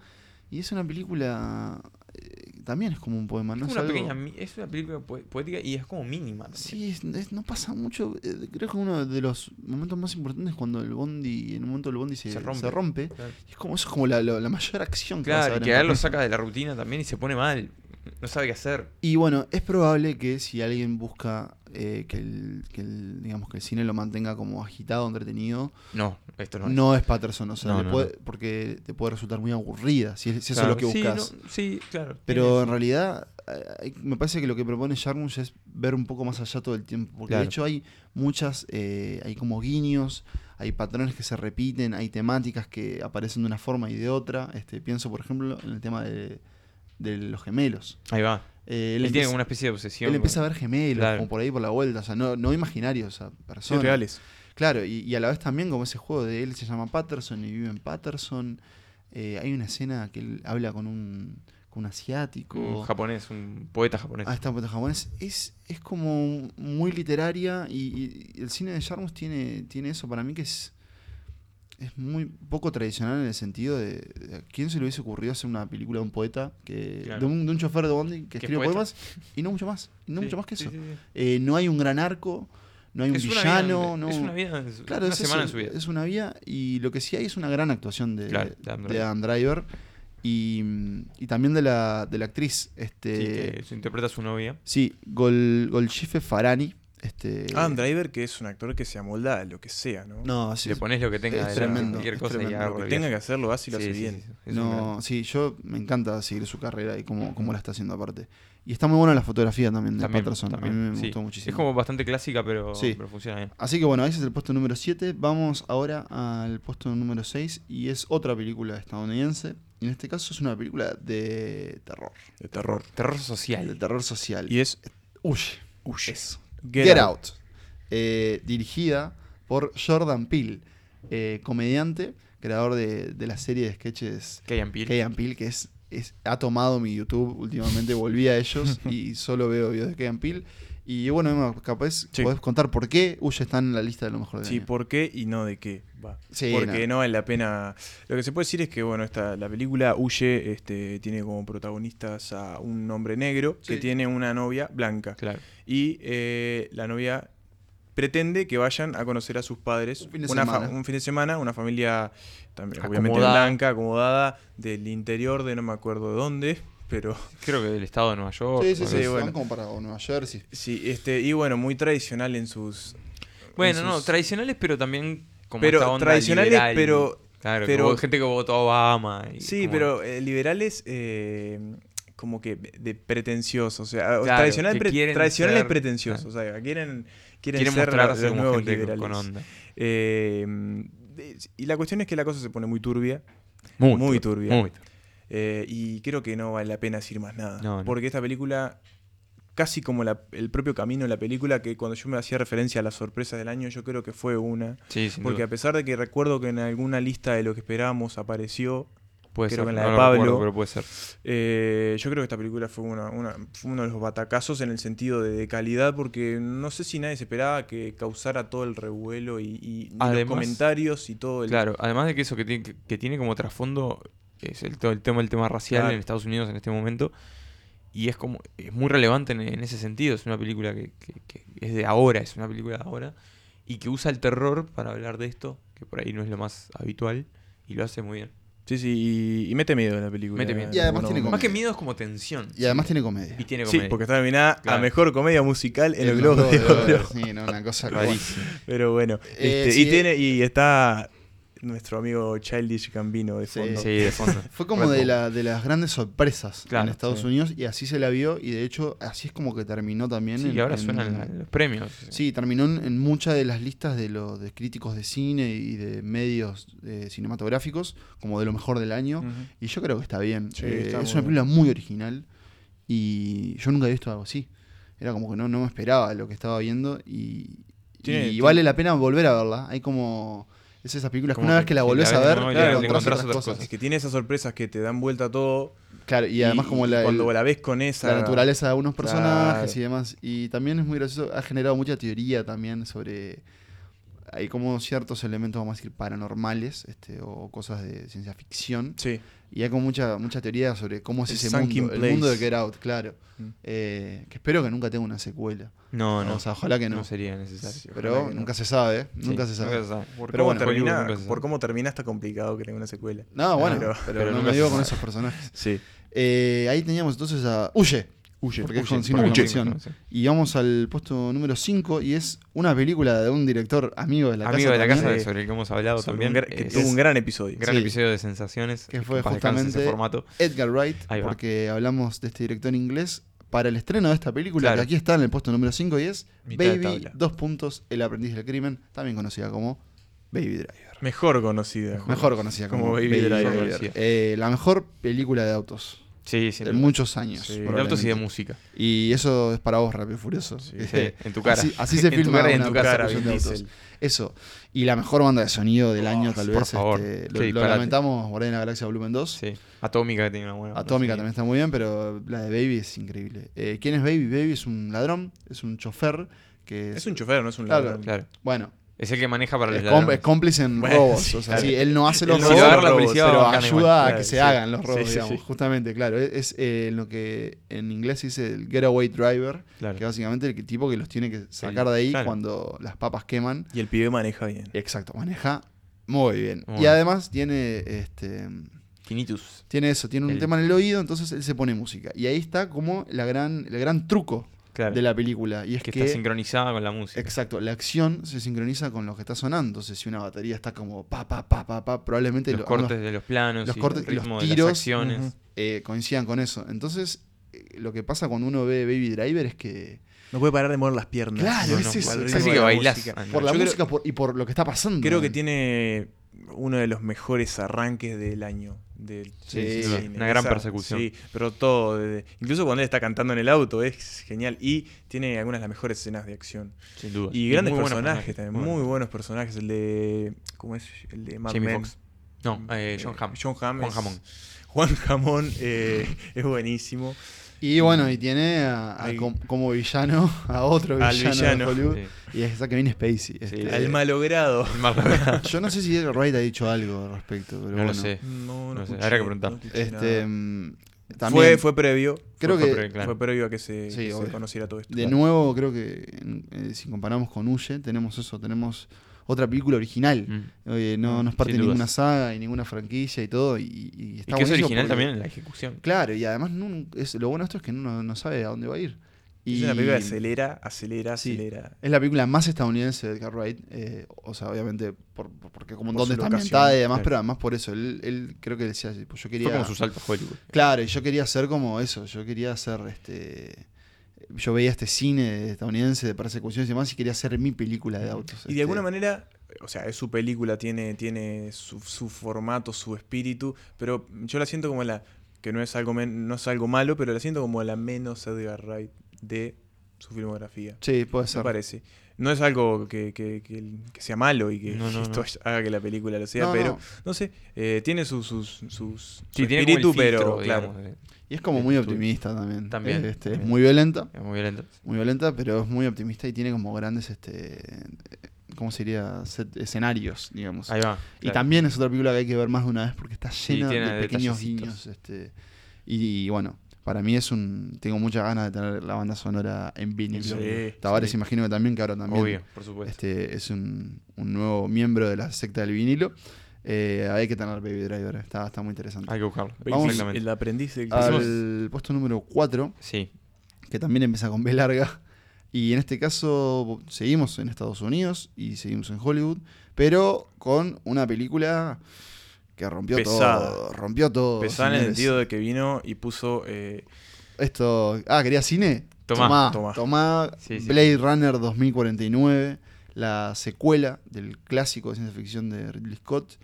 Speaker 1: Y es una película. eh, también es como un poema,
Speaker 2: Es,
Speaker 1: ¿no?
Speaker 2: como
Speaker 1: Es
Speaker 2: una
Speaker 1: algo-
Speaker 2: pequeña mi- es una película po- poética y es como mínima. también.
Speaker 1: Sí, es- es- no pasa mucho. eh, Creo que uno de los momentos más importantes es cuando el Bondi, en un momento el Bondi se,
Speaker 2: Se
Speaker 1: se
Speaker 2: rompe.
Speaker 1: rompe.
Speaker 2: Claro.
Speaker 1: Y Es como, eso es como la, la- la mayor acción que vas a
Speaker 2: Claro,
Speaker 1: ver
Speaker 2: y
Speaker 1: en
Speaker 2: que a él lo
Speaker 1: pantalla.
Speaker 2: saca de la rutina también y se pone mal. No sabe qué hacer.
Speaker 1: Y bueno, es probable que si alguien busca eh, que, el, que el- digamos, que el cine lo mantenga como agitado, entretenido,
Speaker 2: No, esto no,
Speaker 1: no,
Speaker 2: es.
Speaker 1: es Patterson. O sea,
Speaker 2: No,
Speaker 1: le
Speaker 2: no,
Speaker 1: puede- porque te puede resultar muy aburrida si, es- si eso
Speaker 2: Claro.
Speaker 1: es lo que
Speaker 2: Sí,
Speaker 1: buscas.
Speaker 2: no, sí, claro.
Speaker 1: Pero en
Speaker 2: tiene-
Speaker 1: realidad eh, me parece que lo que propone Jarmusch es ver un poco más allá todo el tiempo. Porque
Speaker 2: Claro.
Speaker 1: de hecho hay muchas, eh, hay como guiños, hay patrones que se repiten, hay temáticas que aparecen de una forma y de otra. Este, pienso, por ejemplo, en el tema de, de los gemelos.
Speaker 2: Ahí va.
Speaker 1: Eh, él,
Speaker 2: Él, tiene
Speaker 1: empieza,
Speaker 2: como una especie de obsesión.
Speaker 1: él empieza a
Speaker 2: con-
Speaker 1: ver gemelos,
Speaker 2: Claro.
Speaker 1: como por ahí por la vuelta, o sea, no, no imaginarios, o sea,
Speaker 3: Son
Speaker 1: personas.
Speaker 3: reales.
Speaker 1: Claro, y, y a la vez también como ese juego de él se llama Patterson y vive en Patterson. Eh, hay una escena que él habla con un, con un asiático.
Speaker 2: Un japonés, un poeta japonés.
Speaker 1: Ah, esta puerta japonés es, es como muy literaria y, y el cine de Jarmus tiene, tiene eso para mí que es, es muy poco tradicional en el sentido de, de a quién se le hubiese ocurrido hacer una película de un poeta, que,
Speaker 2: Claro.
Speaker 1: de, un, de un chofer de Bondi que
Speaker 2: es
Speaker 1: escribe
Speaker 2: poeta.
Speaker 1: poemas y no mucho más, y no
Speaker 2: Sí,
Speaker 1: mucho más que
Speaker 2: sí,
Speaker 1: eso.
Speaker 2: sí, sí.
Speaker 1: Eh, no hay un gran arco, no hay un
Speaker 2: Es una vida en-
Speaker 1: villano, no...
Speaker 2: Es una vida en su-
Speaker 1: Claro,
Speaker 2: una
Speaker 1: es, eso,
Speaker 2: semana en su vida.
Speaker 1: es una vía y lo que sí hay es una gran actuación de,
Speaker 2: Claro, de
Speaker 1: de
Speaker 2: Adam
Speaker 1: Adam,
Speaker 2: Driver.
Speaker 1: Driver y, y también de la, de la actriz. Este,
Speaker 2: Sí, que se interpreta a su novia.
Speaker 1: Sí, Gol, Golshife Farani. Este,
Speaker 3: Adam Driver, que es un actor que se amolda a lo que sea, ¿no?
Speaker 1: No, sí.
Speaker 2: Le pones lo que tenga
Speaker 1: es
Speaker 2: adelante,
Speaker 1: tremendo,
Speaker 2: cualquier
Speaker 1: es
Speaker 2: cosa y
Speaker 1: tremendo.
Speaker 2: agarra
Speaker 3: Lo que
Speaker 2: el
Speaker 3: tenga
Speaker 2: viaje.
Speaker 3: que hacerlo, así lo
Speaker 2: Sí,
Speaker 3: hace
Speaker 2: sí,
Speaker 3: bien.
Speaker 2: sí, sí. Es un
Speaker 1: no, sí, yo me encanta seguir su carrera y cómo, cómo la está haciendo aparte. Y está muy buena la fotografía también de
Speaker 2: También,
Speaker 1: Patterson.
Speaker 2: también,
Speaker 1: A mí me
Speaker 2: sí.
Speaker 1: gustó
Speaker 2: gran-
Speaker 1: muchísimo.
Speaker 2: Es como bastante clásica, pero,
Speaker 1: Sí.
Speaker 2: pero funciona bien.
Speaker 1: Así que bueno, ese es el puesto número 7. Vamos ahora al puesto número 6 y es otra película estadounidense. Y en este caso es una película de terror.
Speaker 3: De terror.
Speaker 2: Terror
Speaker 1: De
Speaker 2: social.
Speaker 1: terror social.
Speaker 3: Y es
Speaker 1: Huye. Huye.
Speaker 3: Get,
Speaker 1: Get, Out. Eh, dirigida por Jordan Peele, eh, comediante, creador de, de la serie de sketches
Speaker 2: Cayan Peele.
Speaker 1: Key Peele, que es, es- ha tomado mi YouTube últimamente, volví a ellos y solo veo videos de Key Peele. Y bueno, Emma, capaz
Speaker 3: Sí.
Speaker 1: podés contar por qué Huye está en la lista de lo mejor de
Speaker 3: Sí, ¿por qué y no de qué? Va.
Speaker 1: Sí,
Speaker 3: Porque no. vale la pena. Lo que se puede decir es que, bueno, esta, la película Huye este, tiene como protagonistas a un hombre negro que
Speaker 1: Sí.
Speaker 3: tiene una novia blanca.
Speaker 2: Claro.
Speaker 3: Y eh, la novia pretende que vayan a conocer a sus padres
Speaker 1: Un fin de
Speaker 3: una fa-
Speaker 1: semana.
Speaker 3: un fin de semana, una familia también, obviamente
Speaker 2: Acomodada.
Speaker 3: blanca, acomodada, del interior de no me acuerdo de dónde, pero
Speaker 2: Creo que del estado de Nueva York.
Speaker 1: Sí, sí,
Speaker 2: o
Speaker 1: sí,
Speaker 3: Sí,
Speaker 1: van
Speaker 3: bueno.
Speaker 1: como para o Nueva Jersey.
Speaker 3: sí, este, y bueno, muy tradicional en sus...
Speaker 2: Bueno,
Speaker 3: en
Speaker 2: no,
Speaker 3: sus-
Speaker 2: tradicionales, pero también como
Speaker 3: Pero
Speaker 2: esta onda
Speaker 3: tradicionales,
Speaker 2: liberal.
Speaker 3: pero-
Speaker 2: Claro,
Speaker 3: pero-
Speaker 2: como gente que votó a Obama. y
Speaker 3: Sí,
Speaker 2: como-
Speaker 3: pero eh, liberales eh, como que de pretenciosos, o sea,
Speaker 2: Claro,
Speaker 3: tradicional,
Speaker 2: que
Speaker 3: pre-
Speaker 2: quieren
Speaker 3: tradicionales
Speaker 2: ser-
Speaker 3: pretenciosos, o sea, quieren, quieren,
Speaker 2: quieren
Speaker 3: ser
Speaker 2: mostrarse
Speaker 3: los
Speaker 2: como
Speaker 3: nuevos
Speaker 2: gente
Speaker 3: liberales.
Speaker 2: con onda.
Speaker 3: Eh, y la cuestión es que la cosa se pone muy turbia.
Speaker 2: Muy,
Speaker 3: Muy
Speaker 2: turbio,
Speaker 3: turbio.
Speaker 2: Muy turbio.
Speaker 3: Eh, y creo que no vale la pena decir más nada.
Speaker 2: No, no.
Speaker 3: Porque esta película, casi como la- el propio camino de la película, que cuando yo me hacía referencia a las sorpresas del año, yo creo que fue una.
Speaker 2: Sí, sin
Speaker 3: Porque
Speaker 2: duda.
Speaker 3: a pesar de que recuerdo que en alguna lista de lo que esperábamos apareció,
Speaker 2: Puede ser,
Speaker 3: creo que en la
Speaker 2: no
Speaker 3: de
Speaker 2: lo recuerdo,
Speaker 3: Pablo-
Speaker 2: pero puede ser.
Speaker 3: eh, yo creo que esta película fue, una, una- fue uno de los batacazos en el sentido de, de calidad, porque no sé si nadie se esperaba que causara todo el revuelo y, y- y los
Speaker 2: Además-
Speaker 3: comentarios y todo el...
Speaker 2: Claro, además de que eso que tiene, que, que tiene como trasfondo es el, todo el tema el tema racial
Speaker 3: Claro.
Speaker 2: en Estados Unidos en este momento y es como es muy relevante en, en ese sentido es una película que, que- que es de ahora es una película de ahora y que usa el terror para hablar de esto que por ahí no es lo más habitual y lo hace muy bien
Speaker 3: Sí, sí, y, y mete miedo en la película.
Speaker 2: Mete miedo.
Speaker 3: en
Speaker 1: Y además
Speaker 3: algunos
Speaker 1: tiene
Speaker 3: momentos.
Speaker 2: más que
Speaker 1: comedia.
Speaker 2: miedo es como tensión
Speaker 1: Y además tiene comedia.
Speaker 2: y tiene
Speaker 3: Sí,
Speaker 2: comedia
Speaker 3: porque está nominada a
Speaker 2: Claro.
Speaker 3: mejor comedia musical en los
Speaker 1: los
Speaker 3: Globos de
Speaker 1: Globos de
Speaker 3: Oro.
Speaker 1: Oro. Sí, no, una cosa
Speaker 2: rarísimo
Speaker 3: Pero bueno,
Speaker 1: Eh,
Speaker 3: este,
Speaker 1: sí,
Speaker 3: y tiene y está nuestro amigo Childish Gambino de
Speaker 1: Sí.
Speaker 3: fondo.
Speaker 2: Sí, de fondo.
Speaker 1: Fue como
Speaker 2: Red
Speaker 1: de,
Speaker 2: Bull.
Speaker 1: la- de las grandes sorpresas en
Speaker 2: Claro,
Speaker 1: Estados
Speaker 3: sí.
Speaker 1: Unidos y así se la vio y de hecho así es como que terminó también.
Speaker 2: Sí,
Speaker 1: en-
Speaker 2: y ahora
Speaker 1: en-
Speaker 2: suenan la- los premios.
Speaker 1: Sí, terminó en, en muchas de las listas de los de críticos de cine y de medios eh, cinematográficos como de lo mejor del año
Speaker 3: Ujú.
Speaker 1: y yo creo que está bien.
Speaker 3: Sí,
Speaker 1: Eh,
Speaker 3: está
Speaker 1: es
Speaker 3: muy
Speaker 1: una
Speaker 3: bien.
Speaker 1: película muy original y yo nunca había visto algo así. Era como que no, no me esperaba lo que estaba viendo y,
Speaker 3: Tiene-
Speaker 1: y
Speaker 3: tiene-
Speaker 1: vale la pena volver a verla. Hay como... Es esas películas que
Speaker 2: Como
Speaker 1: una
Speaker 2: que
Speaker 1: vez que la
Speaker 2: si la
Speaker 1: volvés
Speaker 2: ves
Speaker 1: a
Speaker 2: de
Speaker 1: ver,
Speaker 2: nuevo,
Speaker 1: te
Speaker 3: te
Speaker 1: encontrás
Speaker 2: encontrás
Speaker 1: otras
Speaker 2: otras
Speaker 1: cosas.
Speaker 3: Es que tiene esas sorpresas que te dan vuelta a todo.
Speaker 1: Claro, y además como la,
Speaker 3: cuando
Speaker 1: el-
Speaker 3: la ves con esa.
Speaker 1: la naturaleza de algunos personajes
Speaker 3: Claro.
Speaker 1: y demás. Y también es muy gracioso, ha generado mucha teoría también sobre. Hay como ciertos elementos, vamos a decir, paranormales este, o cosas de ciencia ficción.
Speaker 3: Sí.
Speaker 1: Y hay como mucha, mucha teoría sobre cómo es
Speaker 3: El
Speaker 1: ese
Speaker 3: Sunken
Speaker 1: mundo. El
Speaker 3: Place.
Speaker 1: mundo de Get Out, claro.
Speaker 3: Mm.
Speaker 1: Eh, que espero que nunca tenga una secuela.
Speaker 2: No, no.
Speaker 1: O sea, ojalá que no.
Speaker 2: no sería necesario.
Speaker 3: Sí, ojalá
Speaker 1: Pero
Speaker 3: que no.
Speaker 1: nunca se sabe, ¿eh?
Speaker 2: Sí,
Speaker 1: nunca se sabe.
Speaker 3: Por,
Speaker 1: Pero
Speaker 3: cómo
Speaker 1: bueno,
Speaker 3: termina,
Speaker 2: Hollywood nunca se
Speaker 3: por
Speaker 2: sabe.
Speaker 3: cómo termina está complicado que tenga una secuela.
Speaker 1: No, bueno, pero,
Speaker 3: Pero-
Speaker 2: pero
Speaker 1: no
Speaker 2: nunca
Speaker 1: me
Speaker 2: se
Speaker 1: digo con
Speaker 2: sabe.
Speaker 1: esos personajes.
Speaker 3: Sí.
Speaker 1: Eh, ahí teníamos entonces a. Huye. Huye. Porque es
Speaker 2: Huye,
Speaker 1: con signo de
Speaker 2: porque es
Speaker 1: exclamación.
Speaker 2: con signo de exclamación.
Speaker 1: Y vamos al puesto número 5 y es una película de un director amigo de la
Speaker 2: Amigo
Speaker 1: casa.
Speaker 2: de la casa,
Speaker 1: también,
Speaker 3: de-
Speaker 2: sobre el que hemos hablado
Speaker 3: Sobre un
Speaker 2: también.
Speaker 3: gran- que
Speaker 2: es-
Speaker 3: tuvo un gran episodio.
Speaker 2: gran
Speaker 1: Sí.
Speaker 2: episodio de sensaciones.
Speaker 1: Que fue
Speaker 2: en paz descanse ese
Speaker 1: justamente-
Speaker 2: formato.
Speaker 1: Edgar Wright,
Speaker 2: Ahí va.
Speaker 1: porque hablamos de este director inglés para el estreno de esta película,
Speaker 2: Claro.
Speaker 1: que aquí está en el puesto número 5 y es
Speaker 3: Mitad de
Speaker 1: Baby,
Speaker 3: tabla.
Speaker 1: dos puntos, El aprendiz del crimen, también conocida como Baby Driver.
Speaker 3: Mejor conocida.
Speaker 1: Mejor conocida como,
Speaker 3: Como Baby Driver.
Speaker 1: Eh, la mejor película de autos
Speaker 2: Sí, sí.
Speaker 1: de muchos años.
Speaker 3: Sí.
Speaker 2: De autos y de
Speaker 1: probablemente.
Speaker 2: música.
Speaker 1: Y eso es para vos, Rápido y Furioso.
Speaker 2: Sí, en tu cara.
Speaker 1: Así, así se
Speaker 2: En tu
Speaker 1: filma
Speaker 2: cara y en
Speaker 1: Este una
Speaker 2: tu casa,
Speaker 1: persecución
Speaker 3: Vin
Speaker 1: de autos.
Speaker 3: Diesel.
Speaker 1: Eso. Y la mejor banda de sonido del
Speaker 2: Oh,
Speaker 1: año, tal
Speaker 2: por
Speaker 1: vez.
Speaker 2: favor,
Speaker 1: este,
Speaker 2: qué
Speaker 1: lo- lo,
Speaker 2: disparate.
Speaker 1: lamentamos, Guardián de la Galaxia Volumen 2.
Speaker 2: Sí. Atómica que tenía una buena.
Speaker 1: Atómica
Speaker 2: sí.
Speaker 1: también está muy bien, pero la de Baby es increíble. Eh, ¿Quién es Baby? Baby es un ladrón, es un chofer que
Speaker 3: Es un chofer, no es un
Speaker 1: Claro,
Speaker 3: ladrón.
Speaker 2: Claro.
Speaker 1: bueno,
Speaker 2: Es el que maneja para
Speaker 1: es, com-
Speaker 2: los ladrones.
Speaker 1: es cómplice en
Speaker 3: Bueno,
Speaker 1: robos.
Speaker 3: sí,
Speaker 1: o sea,
Speaker 3: claro.
Speaker 1: sí, él no hace
Speaker 3: Él
Speaker 1: los
Speaker 3: no
Speaker 1: robos,
Speaker 3: hace los
Speaker 1: pero
Speaker 3: robos,
Speaker 2: va
Speaker 1: pero
Speaker 2: a buscar igual.
Speaker 1: ayuda a
Speaker 3: claro,
Speaker 1: que se
Speaker 3: sí.
Speaker 1: hagan los robos,
Speaker 3: Sí, sí,
Speaker 1: digamos,
Speaker 3: sí.
Speaker 1: justamente, claro. Es, es, eh, lo que en inglés se dice el getaway driver,
Speaker 2: Claro.
Speaker 1: que básicamente el que- tipo que los tiene que sacar de ahí
Speaker 2: claro.
Speaker 1: cuando las papas queman.
Speaker 3: Y el pibe maneja bien.
Speaker 1: Exacto, maneja muy bien.
Speaker 2: Muy
Speaker 1: y
Speaker 2: bien.
Speaker 1: además tiene este
Speaker 2: Quinitus.
Speaker 1: tiene eso, tiene un
Speaker 2: El-
Speaker 1: tema en el oído, entonces él se pone música. Y ahí está como la gran, el gran truco
Speaker 2: Claro.
Speaker 1: de la película. Y es
Speaker 2: que,
Speaker 1: que,
Speaker 2: está sincronizada con la música.
Speaker 1: exacto, la acción se sincroniza con lo que está sonando. Entonces, si una batería está como pa pa pa pa pa, probablemente
Speaker 2: los
Speaker 1: lo-
Speaker 2: cortes de los planos,
Speaker 1: los
Speaker 2: y
Speaker 1: cortes y
Speaker 2: el
Speaker 1: los
Speaker 2: ritmo de
Speaker 1: tiros,
Speaker 2: las acciones.
Speaker 3: ujú.
Speaker 1: eh, coincidan con eso. Entonces, eh, lo que pasa cuando uno ve Baby Driver es que
Speaker 3: No puede parar de mover las piernas.
Speaker 1: Claro,
Speaker 2: No,
Speaker 1: es
Speaker 2: no,
Speaker 1: eso,
Speaker 2: al
Speaker 3: al
Speaker 1: es
Speaker 2: ritmo
Speaker 1: así
Speaker 3: ritmo
Speaker 2: que
Speaker 3: de la
Speaker 2: bailás.
Speaker 3: música.
Speaker 2: Ah, no.
Speaker 1: por la
Speaker 3: yo creo-
Speaker 1: música por- y por lo que está pasando.
Speaker 3: Creo que tiene uno de los mejores arranques del año. Del
Speaker 1: Sí,
Speaker 3: del
Speaker 1: sí,
Speaker 3: cine.
Speaker 2: una gran persecución.
Speaker 3: Sí, pero todo. desde- incluso cuando él está cantando en el auto, es genial. Y tiene algunas de las mejores escenas de acción.
Speaker 2: Sin duda.
Speaker 3: Y, grandes
Speaker 2: muy buenos
Speaker 3: personajes, también. Muy
Speaker 2: buenos.
Speaker 3: buenos personajes. El de. ¿Cómo es? El de Mad
Speaker 2: Jamie
Speaker 3: Men.
Speaker 2: Foxx. No, eh,
Speaker 3: Eh,
Speaker 2: John Hamm.
Speaker 3: John Hamm
Speaker 2: Juan
Speaker 3: es-
Speaker 2: Jamón.
Speaker 3: Juan Jamón eh, es buenísimo.
Speaker 1: Y bueno, y tiene a- a
Speaker 3: Al-
Speaker 1: com- como villano a otro
Speaker 3: Al
Speaker 1: villano,
Speaker 3: villano.
Speaker 1: de Hollywood.
Speaker 2: Sí.
Speaker 1: Y es que viene Spacey. este,
Speaker 3: Al malogrado.
Speaker 2: El más logrado.
Speaker 1: Yo no sé si Edgar Wright ha dicho algo al respecto, pero
Speaker 2: No
Speaker 1: bueno.
Speaker 2: lo sé.
Speaker 3: No,
Speaker 2: No sé,
Speaker 3: escuché,
Speaker 2: habrá que preguntar.
Speaker 3: no escuché
Speaker 1: Este,
Speaker 3: nada.
Speaker 1: mm, también,
Speaker 3: fue, fue previo.
Speaker 1: creo
Speaker 2: fue
Speaker 1: que
Speaker 2: pre- claro.
Speaker 3: Fue previo a que se,
Speaker 1: Sí,
Speaker 3: que se
Speaker 1: obvio.
Speaker 3: conociera todo esto.
Speaker 1: de nuevo creo que en- eh, si comparamos con Huye tenemos eso, tenemos otra película original.
Speaker 2: Mm.
Speaker 1: Eh, no, no es
Speaker 2: Sin
Speaker 1: parte de
Speaker 2: dudas.
Speaker 1: ninguna saga y ninguna franquicia y todo. Y, y
Speaker 2: Y
Speaker 1: está
Speaker 2: que es
Speaker 1: buenísimo
Speaker 2: original
Speaker 1: porque-
Speaker 2: también en la ejecución.
Speaker 1: Claro, y además nun- es, lo bueno de esto es que uno no sabe a dónde va a ir. Y
Speaker 3: Es una película que acelera, acelera,
Speaker 1: Sí.
Speaker 3: acelera.
Speaker 1: Es la película más estadounidense de Edgar Wright. eh, o sea, obviamente, por, por- porque como
Speaker 3: Por
Speaker 1: dónde
Speaker 3: su
Speaker 1: está
Speaker 3: locación,
Speaker 1: ambientada y demás,
Speaker 3: claro.
Speaker 1: pero además por eso. Él, él creo que decía, tipo, yo quería.
Speaker 2: Fue como su salto a Hollywood.
Speaker 1: Claro, y yo quería hacer como eso. Yo quería hacer este. Yo veía este cine estadounidense de persecuciones y demás y quería hacer mi película de autos.
Speaker 3: Y
Speaker 1: este,
Speaker 3: de alguna manera, o sea, es su película, tiene, tiene su, su formato, su espíritu, pero yo la siento como la. que no es algo men- no es algo malo, pero la siento como la menos Edgar Wright de su filmografía.
Speaker 1: Sí, puede
Speaker 3: Me
Speaker 1: ser.
Speaker 3: parece. No es algo que, que- que- que sea malo y que
Speaker 2: No, no,
Speaker 3: esto
Speaker 2: no.
Speaker 3: haga que la película lo sea,
Speaker 1: No,
Speaker 3: pero
Speaker 1: no.
Speaker 3: no, sé, eh, tiene sus, sus, sus
Speaker 2: Sí,
Speaker 3: su
Speaker 2: tiene como el filtro,
Speaker 3: pero
Speaker 2: digamos,
Speaker 3: claro.
Speaker 2: de-
Speaker 1: Y es como muy optimista también.
Speaker 2: También,
Speaker 1: Este, Es
Speaker 2: también.
Speaker 1: muy violenta.
Speaker 2: Es muy violento.
Speaker 1: Muy violenta, pero es muy optimista y tiene como grandes este. ¿Cómo sería? Set- escenarios, digamos.
Speaker 2: Ahí va.
Speaker 1: Y
Speaker 2: claro.
Speaker 1: también es otra película que hay que ver más de una vez porque está llena
Speaker 2: tiene
Speaker 1: de pequeños
Speaker 2: detallecitos.
Speaker 1: guiños. Este, y, bueno, para mí es un. Tengo muchas ganas de tener la banda sonora en vinilo.
Speaker 3: Sí,
Speaker 1: Tavares,
Speaker 3: sí.
Speaker 1: imagino que también, que ahora también
Speaker 2: Obvio, por supuesto.
Speaker 1: este, es un, un nuevo miembro de la secta del vinilo. Eh, hay que tener Baby Driver, está, está muy interesante.
Speaker 2: Hay que buscarlo.
Speaker 1: Vamos-
Speaker 2: Exactamente.
Speaker 3: el aprendiz del
Speaker 1: Al puesto número 4,
Speaker 2: Sí.
Speaker 1: que también empieza con B larga, Y en este caso seguimos en Estados Unidos y seguimos en Hollywood, pero con una película que rompió
Speaker 3: Pesada.
Speaker 1: todo. Rompió todo.
Speaker 3: Pesada en el
Speaker 1: señores.
Speaker 3: sentido de que vino y puso. eh,
Speaker 1: Esto. Ah, ¿quería cine? Tomá,
Speaker 2: Tomá,
Speaker 3: tomá.
Speaker 1: tomá
Speaker 2: Sí, sí.
Speaker 1: Blade Runner 2049, la secuela del clásico de ciencia ficción de Ridley Scott,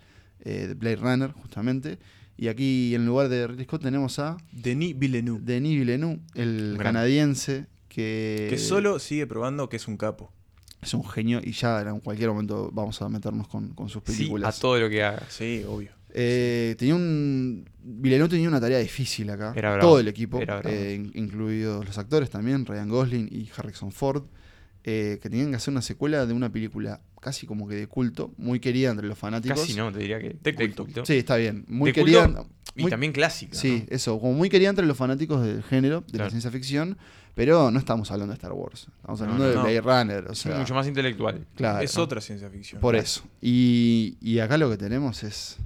Speaker 1: eh, de Blade Runner, justamente. Y aquí, en lugar de Ridley Scott, tenemos a
Speaker 3: Denis Villeneuve.
Speaker 1: Denis Villeneuve, el
Speaker 2: Gran.
Speaker 1: canadiense, que,
Speaker 3: que solo sigue probando que es un capo.
Speaker 1: es un genio y ya en cualquier momento vamos a meternos con, con sus
Speaker 2: Sí
Speaker 1: películas.
Speaker 2: a todo lo que hagas.
Speaker 3: Sí, obvio.
Speaker 1: Eh, tenía un. Villeneuve tenía una tarea difícil acá.
Speaker 2: Era bravo,
Speaker 1: Todo el equipo,
Speaker 2: era bravo.
Speaker 1: eh, in- incluidos los actores también, Ryan Gosling y Harrison Ford, eh, que tenían que hacer una secuela de una película casi como que de culto, muy querida entre los fanáticos.
Speaker 2: Casi no, te diría que.
Speaker 3: De culto.
Speaker 1: Sí, está bien. Muy
Speaker 2: De culto,
Speaker 1: querida.
Speaker 2: Y
Speaker 1: muy-
Speaker 2: también clásica.
Speaker 1: Sí,
Speaker 2: ¿no?
Speaker 1: eso, como muy querida entre los fanáticos del género, de la
Speaker 2: Claro.
Speaker 1: ciencia ficción, pero no estamos hablando de Star Wars, estamos
Speaker 2: No,
Speaker 1: hablando
Speaker 2: no,
Speaker 1: de
Speaker 3: no.
Speaker 1: Blade Runner, o
Speaker 2: Es
Speaker 1: sea,
Speaker 2: mucho más intelectual.
Speaker 1: claro,
Speaker 3: es otra ciencia ficción.
Speaker 1: Ah, por eso. Y, y acá lo que tenemos es,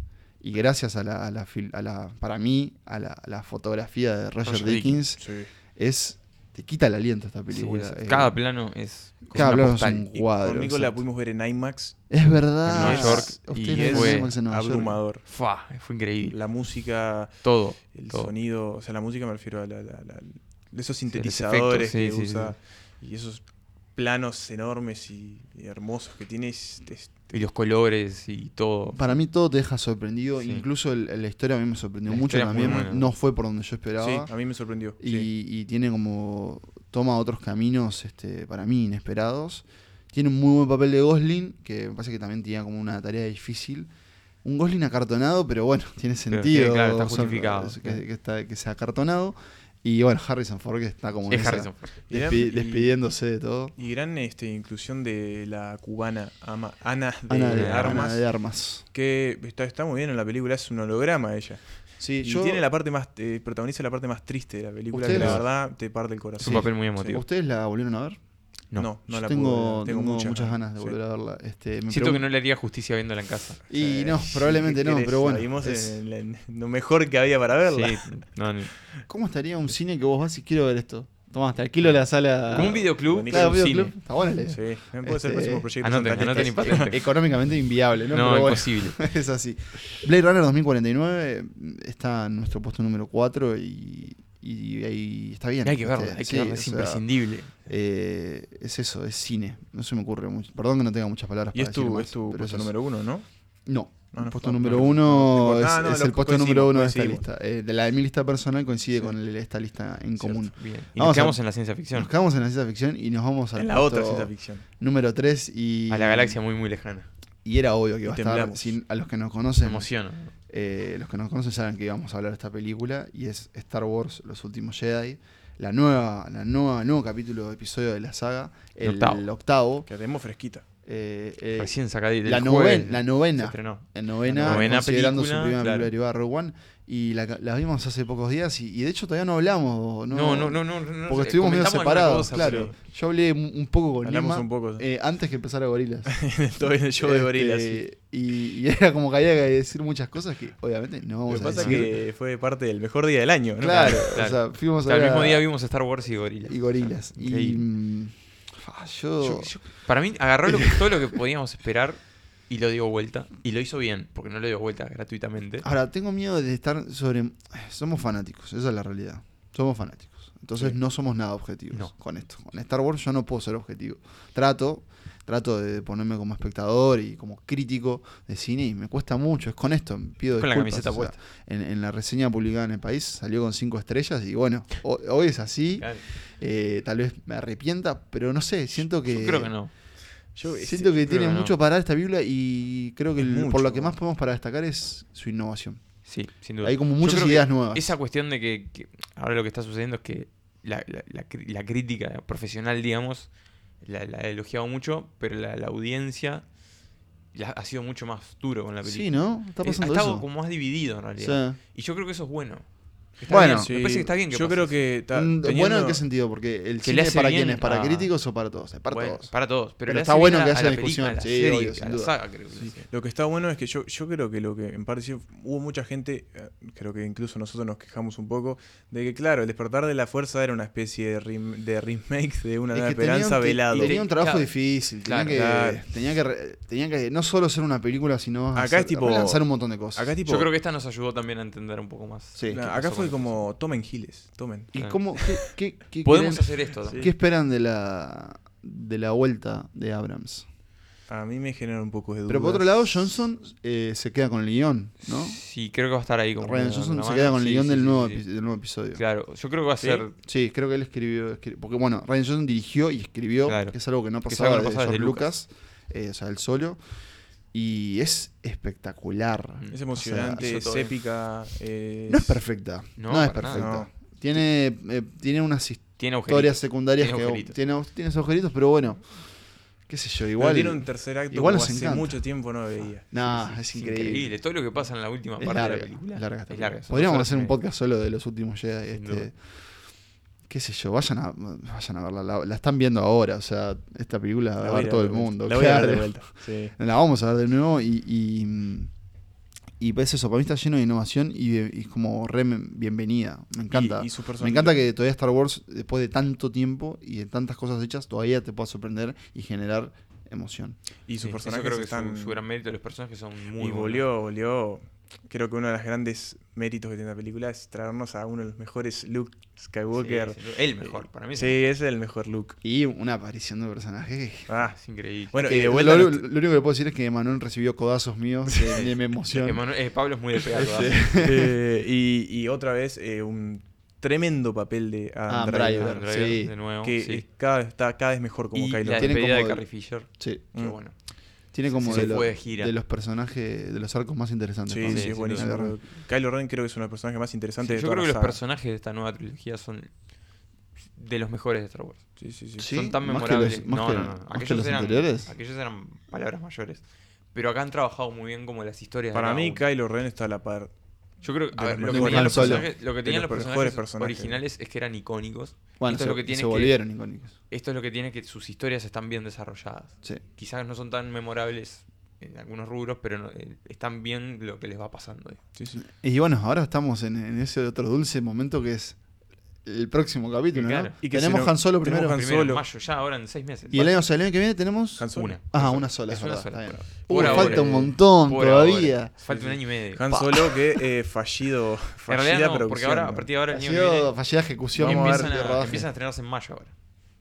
Speaker 1: y gracias a la, a la fil- a la- para mí, a la, a la fotografía de Roger,
Speaker 2: Roger
Speaker 1: Dickens,
Speaker 3: Sí.
Speaker 1: es, te quita el aliento esta
Speaker 2: Sí,
Speaker 1: película.
Speaker 2: es-
Speaker 1: eh,
Speaker 2: cada plano es. como
Speaker 1: cada
Speaker 2: una
Speaker 1: plano es
Speaker 2: postal.
Speaker 1: un-
Speaker 3: Y
Speaker 1: Cuadro,
Speaker 3: con Nico la
Speaker 1: exacto.
Speaker 3: pudimos ver en IMAX.
Speaker 1: es verdad.
Speaker 2: En Nueva York,
Speaker 1: Ustedes
Speaker 2: y
Speaker 1: no
Speaker 2: es-
Speaker 1: tienen
Speaker 2: fue
Speaker 1: Max en Nueva York.
Speaker 3: abrumador.
Speaker 2: Fua, fue increíble.
Speaker 3: La música,
Speaker 2: Todo.
Speaker 3: el
Speaker 2: todo.
Speaker 3: sonido, o sea, la música me refiero a la- la- la-
Speaker 2: efectos,
Speaker 3: esos sintetizadores
Speaker 2: sí,
Speaker 3: que
Speaker 2: sí, sí,
Speaker 3: usa y esos planos enormes y, y hermosos que tiene. es- es-
Speaker 2: Y los colores y todo.
Speaker 1: Para mí todo te deja sorprendido,
Speaker 2: Sí.
Speaker 1: incluso el- la historia a mí me sorprendió
Speaker 2: La
Speaker 1: mucho
Speaker 2: historia es muy
Speaker 1: también,
Speaker 2: buena.
Speaker 1: no fue por donde yo esperaba.
Speaker 3: sí, a mí me sorprendió.
Speaker 1: y,
Speaker 3: sí.
Speaker 1: y tiene como toma otros caminos este, para mí inesperados. Tiene un muy buen papel de Gosling, que me parece que también tenía como una tarea difícil. Un Gosling acartonado, pero bueno, tiene
Speaker 2: Pero tiene,
Speaker 1: sentido.
Speaker 2: claro, está
Speaker 1: o sea,
Speaker 2: justificado,
Speaker 1: que,
Speaker 2: claro.
Speaker 1: que está, que sea acartonado. Y bueno, Harrison Ford que está como en
Speaker 2: Es
Speaker 1: esa,
Speaker 2: Harrison Ford.
Speaker 1: despi-
Speaker 3: Gran- y-
Speaker 1: despidiéndose de todo.
Speaker 3: Y gran este, inclusión de la cubana Ama- Ana de,
Speaker 1: Ana de,
Speaker 2: de
Speaker 1: Armas.
Speaker 3: Armas,
Speaker 1: Ana de Armas.
Speaker 3: que está, está muy bien en la película, es un holograma ella.
Speaker 1: Sí,
Speaker 3: Y
Speaker 1: yo-
Speaker 3: tiene la parte más, eh, protagoniza la parte más triste de la película, que
Speaker 1: Ustedes-
Speaker 3: la verdad te parte el
Speaker 2: Es
Speaker 3: corazón.
Speaker 2: un papel muy emotivo.
Speaker 1: ¿Ustedes la volvieron a ver?
Speaker 3: No,
Speaker 2: No.
Speaker 3: no,
Speaker 1: yo
Speaker 3: la
Speaker 1: tengo,
Speaker 3: puedo ver,
Speaker 1: tengo muchas, ganas de
Speaker 3: sí.
Speaker 1: volver a verla. Este, me
Speaker 2: Siento que
Speaker 1: pregun-
Speaker 2: no le haría justicia viéndola en casa.
Speaker 1: Y
Speaker 3: Eh,
Speaker 1: no,
Speaker 3: sí,
Speaker 1: probablemente
Speaker 3: ¿qué
Speaker 1: no,
Speaker 3: querés?
Speaker 1: pero bueno.
Speaker 3: La vimos
Speaker 1: es-
Speaker 3: en, la- en lo mejor que había para verla.
Speaker 2: Sí, no, no.
Speaker 1: ¿Cómo estaría un cine que vos vas y quiero ver esto? Tomás, te alquilo la sala.
Speaker 2: Como un videoclub,
Speaker 3: Buenísimo.
Speaker 1: Claro,
Speaker 2: pero un
Speaker 1: Ah. videoclub.
Speaker 2: cine.
Speaker 1: Está buena la idea.
Speaker 3: Sí, también puede ser
Speaker 1: Este,
Speaker 3: el próximo proyecto.
Speaker 2: anoten,
Speaker 3: Santa
Speaker 2: anoten y
Speaker 3: Lista.
Speaker 2: patente.
Speaker 1: Económicamente inviable, ¿no?
Speaker 2: No,
Speaker 1: Pero bueno,
Speaker 2: imposible.
Speaker 1: es así. Blade Runner 2049 está en nuestro puesto número 4 y, y ahí está bien.
Speaker 2: Y hay que verla,
Speaker 1: Este,
Speaker 2: hay
Speaker 1: sí,
Speaker 2: que verla,
Speaker 1: o
Speaker 2: es
Speaker 1: sea,
Speaker 2: imprescindible.
Speaker 1: eh, es eso, es cine. No se me ocurre mucho. Perdón que no tenga muchas palabras
Speaker 3: Y
Speaker 1: para
Speaker 3: es
Speaker 1: decir
Speaker 3: tu,
Speaker 1: más,
Speaker 3: es tu
Speaker 1: pero
Speaker 3: puesto
Speaker 1: es eso.
Speaker 3: número uno, ¿no?
Speaker 1: No,
Speaker 3: No,
Speaker 1: el
Speaker 3: no,
Speaker 1: puesto
Speaker 3: no,
Speaker 1: número
Speaker 3: no, no,
Speaker 1: uno
Speaker 3: no,
Speaker 1: es,
Speaker 3: no, no,
Speaker 1: es
Speaker 3: lo
Speaker 1: el puesto
Speaker 3: coincidimos,
Speaker 1: número uno de esta
Speaker 3: coincidimos.
Speaker 1: lista. Eh, de la de mi lista personal coincide
Speaker 3: Sí.
Speaker 1: con el- esta lista en
Speaker 3: Cierto.
Speaker 1: común.
Speaker 2: Bien. Y
Speaker 1: Vamos a-
Speaker 2: nos quedamos en la ciencia ficción.
Speaker 1: Nos quedamos en la ciencia ficción y nos vamos a
Speaker 3: En la otra ciencia ficción.
Speaker 1: número 3 y
Speaker 2: A la galaxia muy, muy lejana.
Speaker 1: y era obvio que iba a
Speaker 3: Y
Speaker 1: estar
Speaker 3: temblamos.
Speaker 1: sin- a los que nos
Speaker 2: Me
Speaker 1: conocen
Speaker 2: emociona.
Speaker 1: eh, los que nos conocen saben que íbamos a hablar de esta película y es Star Wars los últimos Jedi la nueva la nueva nuevo capítulo episodio de la saga
Speaker 2: El
Speaker 1: el octavo,
Speaker 2: octavo.
Speaker 3: Que la tenemos fresquita.
Speaker 1: eh, eh,
Speaker 2: Recién sacada del
Speaker 1: la,
Speaker 2: jueves
Speaker 1: noven- la
Speaker 2: se
Speaker 1: novena
Speaker 2: estrenó.
Speaker 1: la novena,
Speaker 2: La novena
Speaker 1: considerando
Speaker 2: película,
Speaker 1: su primera
Speaker 2: claro.
Speaker 1: película derivada de Rogue One y la, ca- la vimos hace pocos días y, y de hecho todavía no hablamos no,
Speaker 2: No, no, no, no. no
Speaker 1: porque
Speaker 2: sé,
Speaker 1: estuvimos medio
Speaker 2: comentamos alguna
Speaker 1: separados
Speaker 2: cosa,
Speaker 1: claro yo hablé un un poco con
Speaker 3: Hablamos
Speaker 1: Lima,
Speaker 3: un poco.
Speaker 1: eh, antes que empezara Gorilas
Speaker 3: Todo en el show de
Speaker 1: Este,
Speaker 3: gorilas.
Speaker 1: Y, y era como que había que decir muchas cosas que obviamente no
Speaker 3: Lo
Speaker 1: vamos
Speaker 3: que
Speaker 1: a
Speaker 3: pasa es
Speaker 1: decir.
Speaker 3: que fue parte del mejor día del año, ¿no?
Speaker 1: claro,
Speaker 2: Claro.
Speaker 1: o sea, fuimos
Speaker 2: pero
Speaker 1: a
Speaker 2: Al
Speaker 1: ver
Speaker 2: mismo
Speaker 1: a-
Speaker 2: día vimos Star Wars y Gorilla.
Speaker 1: y gorilas. Y
Speaker 2: Increíble.
Speaker 1: mm, ah, yo,
Speaker 2: Yo- yo- para mí, agarró lo que- todo lo que podíamos esperar y lo dio vuelta. Y lo hizo bien, porque no lo dio vuelta gratuitamente.
Speaker 1: ahora tengo miedo de estar sobre somos fanáticos, esa es la realidad. Somos fanáticos. Entonces
Speaker 3: Sí.
Speaker 1: no somos nada objetivos
Speaker 2: No.
Speaker 1: con esto. Con Star Wars yo no puedo ser objetivo. Trato trato de ponerme como espectador y como crítico de cine y me cuesta mucho, es con esto, pido
Speaker 2: Con la
Speaker 1: disculpas,
Speaker 2: camiseta
Speaker 1: o sea,
Speaker 2: puesta.
Speaker 1: en, en la reseña publicada en el país salió con cinco estrellas y bueno, ho- hoy es así,
Speaker 2: Claro.
Speaker 1: eh, tal vez me arrepienta, pero no sé, siento que...
Speaker 2: Yo creo que no.
Speaker 3: Yo, este,
Speaker 1: Siento que
Speaker 2: eh, creo
Speaker 1: tiene
Speaker 2: que no.
Speaker 1: mucho para dar esta Biblia y creo que
Speaker 3: Es
Speaker 1: el- por
Speaker 3: mucho.
Speaker 1: lo que más podemos para destacar es su innovación.
Speaker 2: Sí, sin duda.
Speaker 1: Hay como
Speaker 2: Yo
Speaker 1: muchas
Speaker 2: creo que
Speaker 1: ideas nuevas.
Speaker 2: Esa cuestión de que, que ahora lo que está sucediendo es que la, la- la cri- la crítica profesional, digamos, la, la ha elogiado mucho, pero la, la audiencia la- ha sido mucho más duro con la película.
Speaker 1: Sí, ¿no? Está
Speaker 2: Eh, ha
Speaker 1: pasando
Speaker 2: estado
Speaker 1: eso.
Speaker 2: como más dividido en
Speaker 1: O
Speaker 2: realidad.
Speaker 1: sea,
Speaker 2: Y yo creo que eso es bueno. Está
Speaker 1: Bueno.
Speaker 2: bien, me parece que está bien que
Speaker 3: yo
Speaker 2: pase
Speaker 3: creo
Speaker 2: eso.
Speaker 3: que. ta-
Speaker 1: Mm, Bueno,
Speaker 3: teniendo-
Speaker 1: ¿en qué sentido? Porque el
Speaker 2: Que
Speaker 1: cine
Speaker 2: le
Speaker 1: es
Speaker 2: hace
Speaker 1: para
Speaker 2: bien
Speaker 1: quién es, para
Speaker 2: a-
Speaker 1: críticos o para todos, es para
Speaker 2: Bueno,
Speaker 1: todos.
Speaker 2: para todos. Pero,
Speaker 1: Pero
Speaker 2: le
Speaker 1: está
Speaker 2: hace
Speaker 1: bueno
Speaker 2: bien
Speaker 1: que
Speaker 2: a-
Speaker 1: haya
Speaker 2: a la
Speaker 1: discusión,
Speaker 2: película, a la
Speaker 1: sí,
Speaker 2: serie,
Speaker 1: obvio, sin
Speaker 2: a la
Speaker 1: duda.
Speaker 2: saga, creo que sí.
Speaker 3: Lo que está bueno es que yo, yo creo que lo que en parte sí hubo mucha gente, eh, creo que incluso nosotros nos quejamos un poco, de que claro, el despertar de la fuerza era una especie de, rem- de remake de una
Speaker 1: Es
Speaker 3: nueva
Speaker 1: que tenían
Speaker 3: esperanza
Speaker 1: que-
Speaker 3: velado.
Speaker 1: y Tenía un trabajo
Speaker 2: Claro.
Speaker 1: difícil. Tenía,
Speaker 2: Claro,
Speaker 1: que,
Speaker 3: claro.
Speaker 1: tenía que re- tenía que no solo hacer una película, sino
Speaker 3: Acá
Speaker 1: hacer,
Speaker 3: es tipo-
Speaker 1: relanzar un montón de cosas.
Speaker 3: Acá tipo,
Speaker 2: Yo creo que esta nos ayudó también a entender un poco más.
Speaker 1: Sí.
Speaker 2: qué
Speaker 3: na-
Speaker 2: pasó
Speaker 3: acá fue
Speaker 2: con-
Speaker 3: como tomen giles, tomen.
Speaker 1: ¿Y
Speaker 2: Claro.
Speaker 1: cómo, qué, qué- qué
Speaker 2: Podemos
Speaker 1: creen-
Speaker 2: hacer esto. también.
Speaker 1: qué esperan de la, de la vuelta de Abrams?
Speaker 3: A mí me genera un poco de duda.
Speaker 1: Pero por otro lado, Johnson eh, se queda con el guión, ¿no?
Speaker 2: Sí, creo que va a estar ahí. Como
Speaker 1: Ryan
Speaker 2: una-
Speaker 1: Johnson
Speaker 2: una
Speaker 1: se
Speaker 2: mano.
Speaker 1: queda con el
Speaker 2: Sí,
Speaker 1: guión
Speaker 2: sí,
Speaker 1: del,
Speaker 2: sí,
Speaker 1: nuevo
Speaker 2: sí.
Speaker 1: epi- del nuevo episodio.
Speaker 2: Claro, yo creo que va a
Speaker 3: ¿Sí?
Speaker 2: ser.
Speaker 1: Sí, creo que él escribió, escri- porque bueno, Ryan Johnson dirigió y escribió,
Speaker 2: Claro.
Speaker 1: que es algo que no
Speaker 2: Que es
Speaker 1: pasaba
Speaker 2: algo que no
Speaker 1: de
Speaker 2: pasaba
Speaker 1: George
Speaker 2: desde
Speaker 1: Lucas, eh, o sea, él solo. Y es espectacular.
Speaker 2: Mm.
Speaker 3: Es emocionante,
Speaker 2: hizo
Speaker 3: es
Speaker 2: todo bien.
Speaker 3: épica. es-
Speaker 1: No es perfecta. No,
Speaker 2: No,
Speaker 1: es
Speaker 2: para
Speaker 1: perfecta.
Speaker 3: nada.
Speaker 1: Tiene, eh, tiene unas historias
Speaker 2: Tiene objetivos.
Speaker 1: secundarias
Speaker 2: Tiene
Speaker 1: que
Speaker 2: agujeritos.
Speaker 1: tiene, au- tiene esos agujeritos, pero bueno. Qué sé yo,
Speaker 3: pero
Speaker 1: igual.
Speaker 3: tiene un tercer acto
Speaker 1: igual
Speaker 3: como
Speaker 1: nos
Speaker 3: hace
Speaker 1: encanta.
Speaker 3: mucho tiempo no veía.
Speaker 1: Nah, es
Speaker 2: Es
Speaker 1: increíble.
Speaker 2: increíble. Todo lo que pasa en la última
Speaker 1: Es
Speaker 2: parte
Speaker 1: larga,
Speaker 2: de la película.
Speaker 1: es larga esta
Speaker 2: es larga,
Speaker 1: película.
Speaker 2: son
Speaker 1: Podríamos
Speaker 2: dos horas
Speaker 1: hacer
Speaker 2: y
Speaker 1: un
Speaker 2: media.
Speaker 1: podcast solo de los últimos Jedi.
Speaker 2: Sin
Speaker 1: Este,
Speaker 2: duda.
Speaker 1: qué sé yo, vayan a, vayan a verla. La, la están viendo ahora, o sea, esta película la va a
Speaker 3: voy
Speaker 1: ver
Speaker 3: a
Speaker 1: todo
Speaker 3: de
Speaker 1: el
Speaker 3: vuelta.
Speaker 1: mundo.
Speaker 3: La voy a ver de
Speaker 1: claro.
Speaker 3: vuelta. Sí.
Speaker 1: La vamos a ver de nuevo y. y y pues eso, para mí está lleno de innovación y, y es como re bienvenida. Me encanta.
Speaker 3: Y- y su
Speaker 1: Me
Speaker 3: personaje-
Speaker 1: encanta que todavía Star Wars, después de tanto tiempo y de tantas cosas hechas, todavía te pueda sorprender y generar emoción.
Speaker 3: Y sus
Speaker 2: Sí,
Speaker 3: personajes
Speaker 2: eso creo que
Speaker 3: están.
Speaker 2: su, su gran mérito, los personajes son muy
Speaker 3: y
Speaker 2: buenos.
Speaker 3: volvió, volvió. Creo que uno de los grandes méritos que tiene la película es traernos a uno de los mejores Luke
Speaker 2: Sí,
Speaker 3: Skywalker.
Speaker 2: sin duda. el mejor, para mí. es
Speaker 3: Sí,
Speaker 2: el
Speaker 3: es el mejor Luke.
Speaker 1: Y una aparición de personaje que...
Speaker 2: mejor.
Speaker 3: Ah,
Speaker 2: Es increíble.
Speaker 3: Bueno,
Speaker 1: que
Speaker 3: y de
Speaker 1: lo-
Speaker 3: vuelta.
Speaker 1: lo,
Speaker 3: nos-
Speaker 1: lo único que puedo decir es que Manuel recibió codazos míos de, de mi emoción.
Speaker 2: Emanuel- eh, Pablo es muy de pegar. ¿verdad?
Speaker 3: eh, y, y otra vez, eh, un tremendo papel de
Speaker 1: Ah,
Speaker 3: Adam
Speaker 1: Driver,
Speaker 3: Driver,
Speaker 2: Adam Driver,
Speaker 1: sí.
Speaker 2: de nuevo.
Speaker 3: Que
Speaker 2: sí.
Speaker 3: es cada, está cada vez mejor como
Speaker 2: y
Speaker 3: Kylo
Speaker 2: la
Speaker 3: Ren.
Speaker 1: Tienen
Speaker 2: despedida de
Speaker 1: como-
Speaker 2: Carrie Fisher.
Speaker 1: Sí.
Speaker 2: que
Speaker 3: Mm.
Speaker 2: bueno.
Speaker 1: Tiene como
Speaker 2: Sí,
Speaker 1: de,
Speaker 2: se
Speaker 1: lo-
Speaker 2: fue de gira.
Speaker 1: de los personajes, de los arcos más interesantes.
Speaker 3: Sí,
Speaker 1: para mí.
Speaker 3: sí,
Speaker 2: Sí,
Speaker 3: es
Speaker 2: sin
Speaker 3: buenísimo.
Speaker 1: duda.
Speaker 3: Kylo Ren creo que es uno de los personajes más
Speaker 2: Sí,
Speaker 3: interesantes de
Speaker 2: yo
Speaker 3: toda
Speaker 2: creo que
Speaker 3: la
Speaker 2: los
Speaker 3: saga.
Speaker 2: personajes de esta nueva trilogía son de los mejores de Star Wars.
Speaker 3: Sí, sí, sí.
Speaker 1: Sí.
Speaker 2: Son tan
Speaker 1: ¿Más que
Speaker 2: memorables.
Speaker 1: los- más
Speaker 2: no,
Speaker 1: que-
Speaker 2: no, no.
Speaker 1: más que
Speaker 2: Aquellos,
Speaker 1: los
Speaker 2: eran,
Speaker 1: anteriores?
Speaker 2: aquellos eran palabras mayores. Pero acá han trabajado muy bien como las historias. de
Speaker 3: Para
Speaker 2: cada
Speaker 3: mí,
Speaker 2: uno.
Speaker 3: Kylo Ren está a la par.
Speaker 2: Yo creo que, a
Speaker 3: de
Speaker 2: ver,
Speaker 3: los
Speaker 2: lo
Speaker 1: mejores.
Speaker 2: que tenían los
Speaker 1: Han Solo.
Speaker 2: personajes, lo que
Speaker 3: De
Speaker 2: tenían
Speaker 3: los
Speaker 2: los
Speaker 3: mejores
Speaker 2: personajes,
Speaker 3: personajes.
Speaker 2: originales es que eran icónicos.
Speaker 1: Bueno, se,
Speaker 2: esto es lo que tiene
Speaker 1: se
Speaker 2: que-
Speaker 1: volvieron icónicos.
Speaker 2: Esto es lo que tiene que sus historias están bien desarrolladas.
Speaker 1: Sí.
Speaker 2: Quizás no son tan memorables en algunos rubros, pero no- eh, están bien lo que les va pasando. eh.
Speaker 3: Sí, sí.
Speaker 1: Y bueno, ahora estamos en, en ese otro dulce momento que es el próximo capítulo,
Speaker 2: Claro.
Speaker 1: ¿no?
Speaker 3: Y que
Speaker 1: tenemos
Speaker 3: se lo-
Speaker 1: Han Solo
Speaker 3: tenemos
Speaker 1: primero.
Speaker 3: Han
Speaker 2: Primero en
Speaker 3: Solo.
Speaker 2: mayo, ya ahora en seis meses.
Speaker 1: Y el año, o sea, el año que viene tenemos...
Speaker 3: Han Solo.
Speaker 2: Una.
Speaker 1: Ah, una sola.
Speaker 2: Es
Speaker 1: es
Speaker 2: una
Speaker 1: verdad,
Speaker 2: sola,
Speaker 1: está bien.
Speaker 2: por
Speaker 1: Uh,
Speaker 2: ahora.
Speaker 1: falta un
Speaker 2: Por
Speaker 1: montón
Speaker 2: Por ahora.
Speaker 1: todavía.
Speaker 2: Falta un año y medio.
Speaker 3: Han Solo que eh, fallido.
Speaker 2: en
Speaker 3: Fallida
Speaker 2: realidad no,
Speaker 3: producción.
Speaker 2: porque ahora,
Speaker 3: ¿no?
Speaker 2: a partir de ahora el año
Speaker 1: Ha
Speaker 2: que
Speaker 1: sido
Speaker 2: viene
Speaker 1: fallida ejecución
Speaker 3: Vamos a ver
Speaker 2: empiezan,
Speaker 1: de
Speaker 2: a,
Speaker 1: rodaje.
Speaker 2: empiezan a estrenarse en mayo ahora.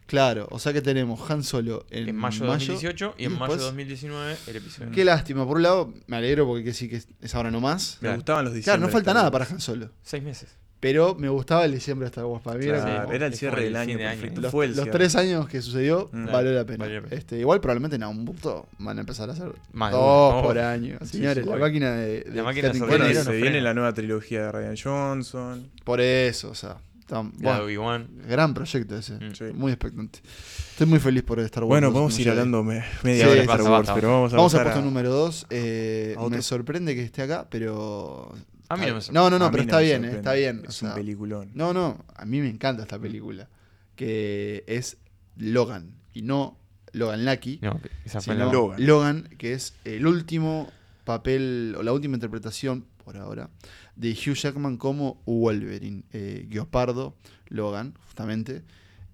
Speaker 1: Claro, o sea que tenemos Han Solo en,
Speaker 2: En, mayo de 2018 y en mayo de
Speaker 1: después-
Speaker 2: 2019 el episodio.
Speaker 1: Qué lástima, por un lado me alegro porque que sí que es- es ahora nomás.
Speaker 3: Me
Speaker 2: Claro.
Speaker 3: gustaban
Speaker 1: Claro,
Speaker 3: los
Speaker 1: no
Speaker 3: diciembre de
Speaker 1: falta
Speaker 3: Star
Speaker 1: nada
Speaker 3: Wars.
Speaker 1: para Han Solo.
Speaker 2: Seis meses.
Speaker 1: Pero me gustaba el diciembre hasta Wars para mí. era
Speaker 3: Claro,
Speaker 1: como-
Speaker 3: era el
Speaker 2: es
Speaker 3: cierre
Speaker 2: como el
Speaker 3: del año
Speaker 2: fin de año.
Speaker 3: perfecto.
Speaker 1: los,
Speaker 3: Fue el
Speaker 1: los
Speaker 3: cierre.
Speaker 1: tres años que sucedió
Speaker 3: Mm.
Speaker 1: valió la pena.
Speaker 2: Valió la pena.
Speaker 1: Este, igual probablemente en algún punto van a empezar a hacer
Speaker 2: Más de
Speaker 1: dos
Speaker 2: uno.
Speaker 1: por
Speaker 2: Oh.
Speaker 1: año. Señores,
Speaker 2: sí,
Speaker 1: la
Speaker 2: obvio.
Speaker 1: máquina de, de
Speaker 2: La máquina
Speaker 1: Kathleen
Speaker 2: Bueno, sorpresa.
Speaker 3: Bueno,
Speaker 1: Kennedy.
Speaker 2: no
Speaker 3: se
Speaker 2: frena.
Speaker 3: viene la nueva trilogía de Ryan Johnson.
Speaker 1: Por eso, o sea. tan-
Speaker 2: La de
Speaker 1: bueno,
Speaker 2: Obi-Wan.
Speaker 1: gran proyecto ese.
Speaker 2: Mm.
Speaker 3: Sí.
Speaker 1: Muy expectante. Estoy muy feliz por estar
Speaker 3: Bueno, podemos ir hablando me- media
Speaker 1: Sí,
Speaker 3: hora de Star
Speaker 2: basta,
Speaker 3: Wars,
Speaker 2: basta.
Speaker 3: pero vamos a
Speaker 1: Vamos al
Speaker 3: pasar
Speaker 1: puesto número 2. Eh,
Speaker 3: a otro.
Speaker 1: me sorprende que esté acá, pero.
Speaker 2: A mí no me sorprende.
Speaker 1: No, no, no,
Speaker 3: a
Speaker 1: pero
Speaker 3: mí
Speaker 1: está
Speaker 3: me
Speaker 1: bien, eh,
Speaker 3: sorprende.
Speaker 1: está bien. o
Speaker 3: Es
Speaker 1: sea,
Speaker 3: un peliculón.
Speaker 1: no, no, a mí me encanta esta película. Que es Logan. Y no Logan Lucky,
Speaker 2: No, esa fue
Speaker 1: sino
Speaker 2: la
Speaker 3: Logan.
Speaker 1: Logan. que es el último papel, o la última interpretación, por ahora, de Hugh Jackman como Wolverine. Eh, Guiopardo, Logan, justamente.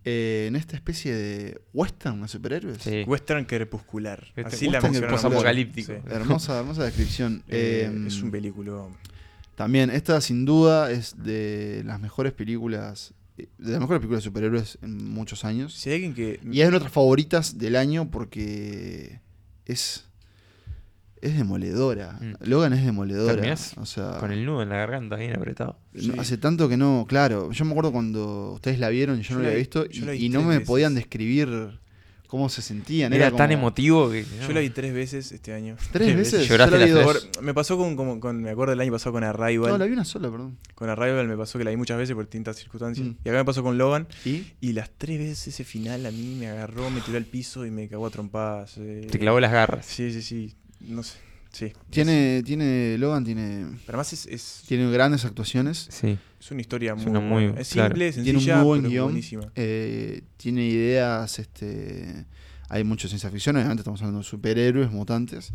Speaker 1: eh, en esta especie de western de superhéroes.
Speaker 2: Sí.
Speaker 3: Western crepuscular.
Speaker 2: Este-
Speaker 3: Así la
Speaker 1: Western
Speaker 3: mencionaron.
Speaker 2: posapocalíptico.
Speaker 3: Sí.
Speaker 1: Hermosa, hermosa descripción.
Speaker 3: Eh,
Speaker 1: Eh,
Speaker 3: es un peliculón.
Speaker 1: También, esta sin duda es de las mejores películas, eh, de las mejores películas de superhéroes en muchos años.
Speaker 3: Si hay alguien que.
Speaker 1: Y es de nuestras favoritas del año porque es es demoledora.
Speaker 2: Mm.
Speaker 1: Logan es demoledora.
Speaker 2: Terminás
Speaker 1: O sea,
Speaker 2: Con el nudo en la garganta bien apretado.
Speaker 1: no-
Speaker 3: sí.
Speaker 1: hace tanto que no, claro. Yo me acuerdo cuando ustedes la vieron y yo,
Speaker 3: Yo
Speaker 1: no la
Speaker 3: la
Speaker 1: había
Speaker 3: vi-
Speaker 1: visto
Speaker 3: yo la
Speaker 1: y,
Speaker 3: vi
Speaker 1: y no
Speaker 3: tres
Speaker 1: me
Speaker 3: veces.
Speaker 1: podían describir cómo se sentían.
Speaker 2: Era, tan
Speaker 1: como-
Speaker 2: emotivo que.
Speaker 3: Yo la vi tres veces este año.
Speaker 1: ¿Tres veces? Yo
Speaker 2: Lloraste
Speaker 1: la vi
Speaker 2: las
Speaker 1: dos.
Speaker 2: tres.
Speaker 3: Por- Me pasó con, como- con- Me acuerdo el año pasado con
Speaker 1: No, la
Speaker 3: Arrival.
Speaker 1: vi una sola, perdón.
Speaker 3: Con Arrival me pasó que la vi muchas veces por distintas circunstancias.
Speaker 1: Mm.
Speaker 3: Y acá me pasó con Logan.
Speaker 1: ¿Y?
Speaker 3: Y las tres veces ese final a mí me agarró, me tiró al piso y me cagó a trompadas. eh.
Speaker 2: Te clavó las garras.
Speaker 3: Sí, sí, sí. No sé. Sí.
Speaker 1: Tiene, tiene, Logan tiene,
Speaker 3: Pero además es, es,
Speaker 1: tiene grandes actuaciones.
Speaker 2: Sí.
Speaker 3: es una historia
Speaker 2: Es
Speaker 3: muy,
Speaker 2: una muy-
Speaker 3: buena. Es
Speaker 2: claro.
Speaker 3: simple,
Speaker 1: Tiene
Speaker 3: sencilla,
Speaker 1: un muy buen
Speaker 3: pero
Speaker 1: guión.
Speaker 3: buenísima.
Speaker 1: eh, tiene ideas, este, hay mucha ciencia ficción, obviamente estamos hablando de superhéroes, mutantes.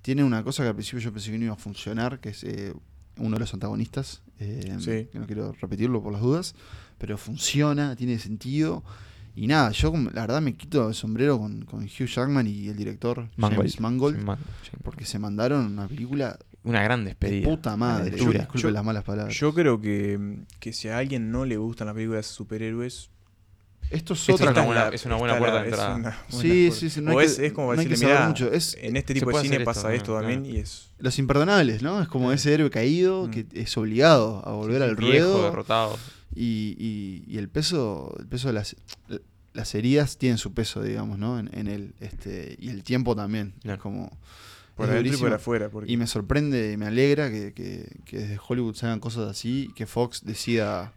Speaker 1: Tiene una cosa que al principio yo pensé que no iba a funcionar, que es eh, uno de los antagonistas. eh,
Speaker 3: Sí.
Speaker 1: que no quiero repetirlo por las dudas, pero funciona, tiene sentido. Y nada, yo como- la verdad me quito el sombrero con, con Hugh Jackman y el director
Speaker 2: Mangold.
Speaker 1: James Mangold,
Speaker 2: Sí, man- sí.
Speaker 1: porque se mandaron una película
Speaker 2: Una gran
Speaker 1: de
Speaker 2: despedida.
Speaker 1: puta madre.
Speaker 2: Dura.
Speaker 1: Disculpen
Speaker 3: Yo-
Speaker 1: las malas palabras.
Speaker 3: Yo creo que, que si a alguien no le gustan las películas de superhéroes,
Speaker 1: Esto es
Speaker 2: Esto
Speaker 1: otra
Speaker 2: está
Speaker 1: cosa.
Speaker 2: buena- es una buena
Speaker 3: está
Speaker 2: puerta
Speaker 3: la-
Speaker 2: de
Speaker 3: es
Speaker 2: entrada.
Speaker 3: una buena
Speaker 1: Sí,
Speaker 3: puerta.
Speaker 1: sí, sí, no hay
Speaker 3: o
Speaker 1: que-
Speaker 3: es, es como
Speaker 1: no hay que
Speaker 3: decirle,
Speaker 1: saber
Speaker 3: mira,
Speaker 1: mucho, es-
Speaker 3: en este
Speaker 2: se
Speaker 3: tipo de
Speaker 2: puede
Speaker 3: cine
Speaker 2: hacer
Speaker 3: pasa
Speaker 2: esto,
Speaker 3: esto
Speaker 2: ¿no?
Speaker 3: también y es...
Speaker 1: Los imperdonables, ¿no? Es como
Speaker 3: Claro.
Speaker 1: ese héroe caído
Speaker 3: Mm.
Speaker 1: que es obligado a volver al
Speaker 2: Viejo,
Speaker 1: ruedo.
Speaker 2: derrotado.
Speaker 1: Y, y- y el peso, el peso de las, las heridas tienen su peso, digamos, ¿no? En, en él. Este, y el tiempo también.
Speaker 2: Claro.
Speaker 1: Es como.
Speaker 3: Por
Speaker 1: es
Speaker 3: adentro y por
Speaker 1: durísimo.
Speaker 3: afuera. Porque,
Speaker 1: Y me sorprende, me alegra que, que- que desde Hollywood se hagan cosas así, que Fox decida,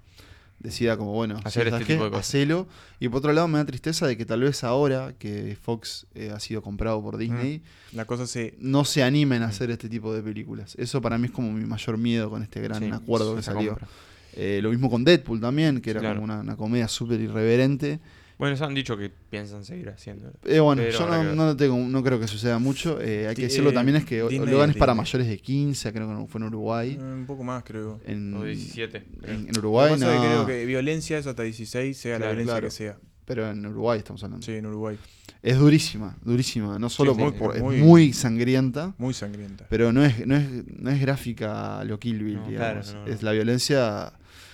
Speaker 1: decida como, bueno,
Speaker 2: Hacer
Speaker 1: ¿sabes
Speaker 2: este tipo de cosas.
Speaker 1: hacelo. Y por otro lado me da tristeza de que tal vez ahora que Fox eh, ha sido comprado
Speaker 3: Mm.
Speaker 1: por Disney,
Speaker 3: la cosa se...
Speaker 1: no se animen
Speaker 2: Mm.
Speaker 1: a hacer este tipo de películas. Eso para mí es como mi mayor miedo con este gran
Speaker 2: Sí,
Speaker 1: acuerdo que
Speaker 2: esa
Speaker 1: salió.
Speaker 2: compra.
Speaker 1: Eh, lo mismo con Deadpool también, que era
Speaker 2: Claro.
Speaker 1: como una, una comedia súper irreverente.
Speaker 2: Bueno, se han dicho que piensan seguir haciendo.
Speaker 1: Eh, bueno,
Speaker 2: Pero
Speaker 1: yo
Speaker 2: habrá
Speaker 1: no,
Speaker 2: que ver.
Speaker 1: no, tengo- no creo que suceda mucho. Eh, hay que
Speaker 3: Di-
Speaker 1: decirlo
Speaker 3: eh,
Speaker 1: también es que o-
Speaker 3: Disney
Speaker 1: Logan
Speaker 3: es
Speaker 1: es para
Speaker 3: Disney.
Speaker 1: mayores de 15, creo que no fue en Uruguay.
Speaker 3: eh, Un poco más, creo.
Speaker 1: En,
Speaker 2: Mm. O 17. creo.
Speaker 1: Mm, En, en Uruguay
Speaker 3: Lo que pasa es que
Speaker 1: no.
Speaker 3: creo que violencia es hasta 16, sea la
Speaker 2: Claro,
Speaker 3: violencia
Speaker 1: claro.
Speaker 3: que sea.
Speaker 1: Pero en Uruguay estamos hablando.
Speaker 3: Sí, en Uruguay.
Speaker 1: Es durísima, durísima. No solo
Speaker 2: sí,
Speaker 1: por-
Speaker 2: sí,
Speaker 1: por-
Speaker 3: muy-
Speaker 1: es muy sangrienta,
Speaker 3: Muy sangrienta.
Speaker 1: pero no es, no es, no es gráfica lo Kill Bill,
Speaker 2: No,
Speaker 1: digamos.
Speaker 2: claro, no, no.
Speaker 1: Es la violencia,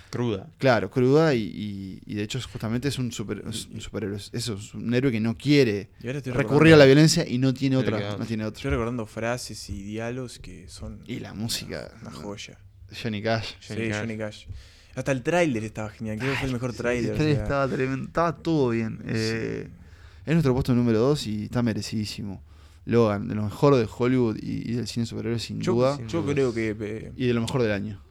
Speaker 2: Cruda.
Speaker 1: claro, cruda y, y- y de hecho es justamente es un, super, es un superhéroe. es Eso, es un héroe que no quiere
Speaker 3: Y ahora estoy
Speaker 1: recurrir a la
Speaker 3: recordando-
Speaker 1: violencia y no tiene
Speaker 2: No le
Speaker 1: otra.
Speaker 2: queda
Speaker 1: No tiene
Speaker 3: Estoy
Speaker 1: otra.
Speaker 3: recordando frases y diálogos que son...
Speaker 1: Y la música.
Speaker 3: Una joya.
Speaker 1: Johnny Cash.
Speaker 2: Johnny
Speaker 3: sí,
Speaker 2: Cash.
Speaker 3: Johnny Cash. Hasta el tráiler estaba genial. Creo que fue el mejor tráiler.
Speaker 1: El
Speaker 3: o
Speaker 1: trailer
Speaker 3: sea.
Speaker 1: estaba tremendo, estaba todo bien. Eh,
Speaker 3: Sí.
Speaker 1: es nuestro puesto número 2 y está merecidísimo. Logan, de lo mejor de Hollywood y, y del cine superhéroe sin
Speaker 3: Yo,
Speaker 1: duda.
Speaker 2: sin
Speaker 3: yo
Speaker 2: duda.
Speaker 3: creo que eh,
Speaker 1: Y de lo mejor del año.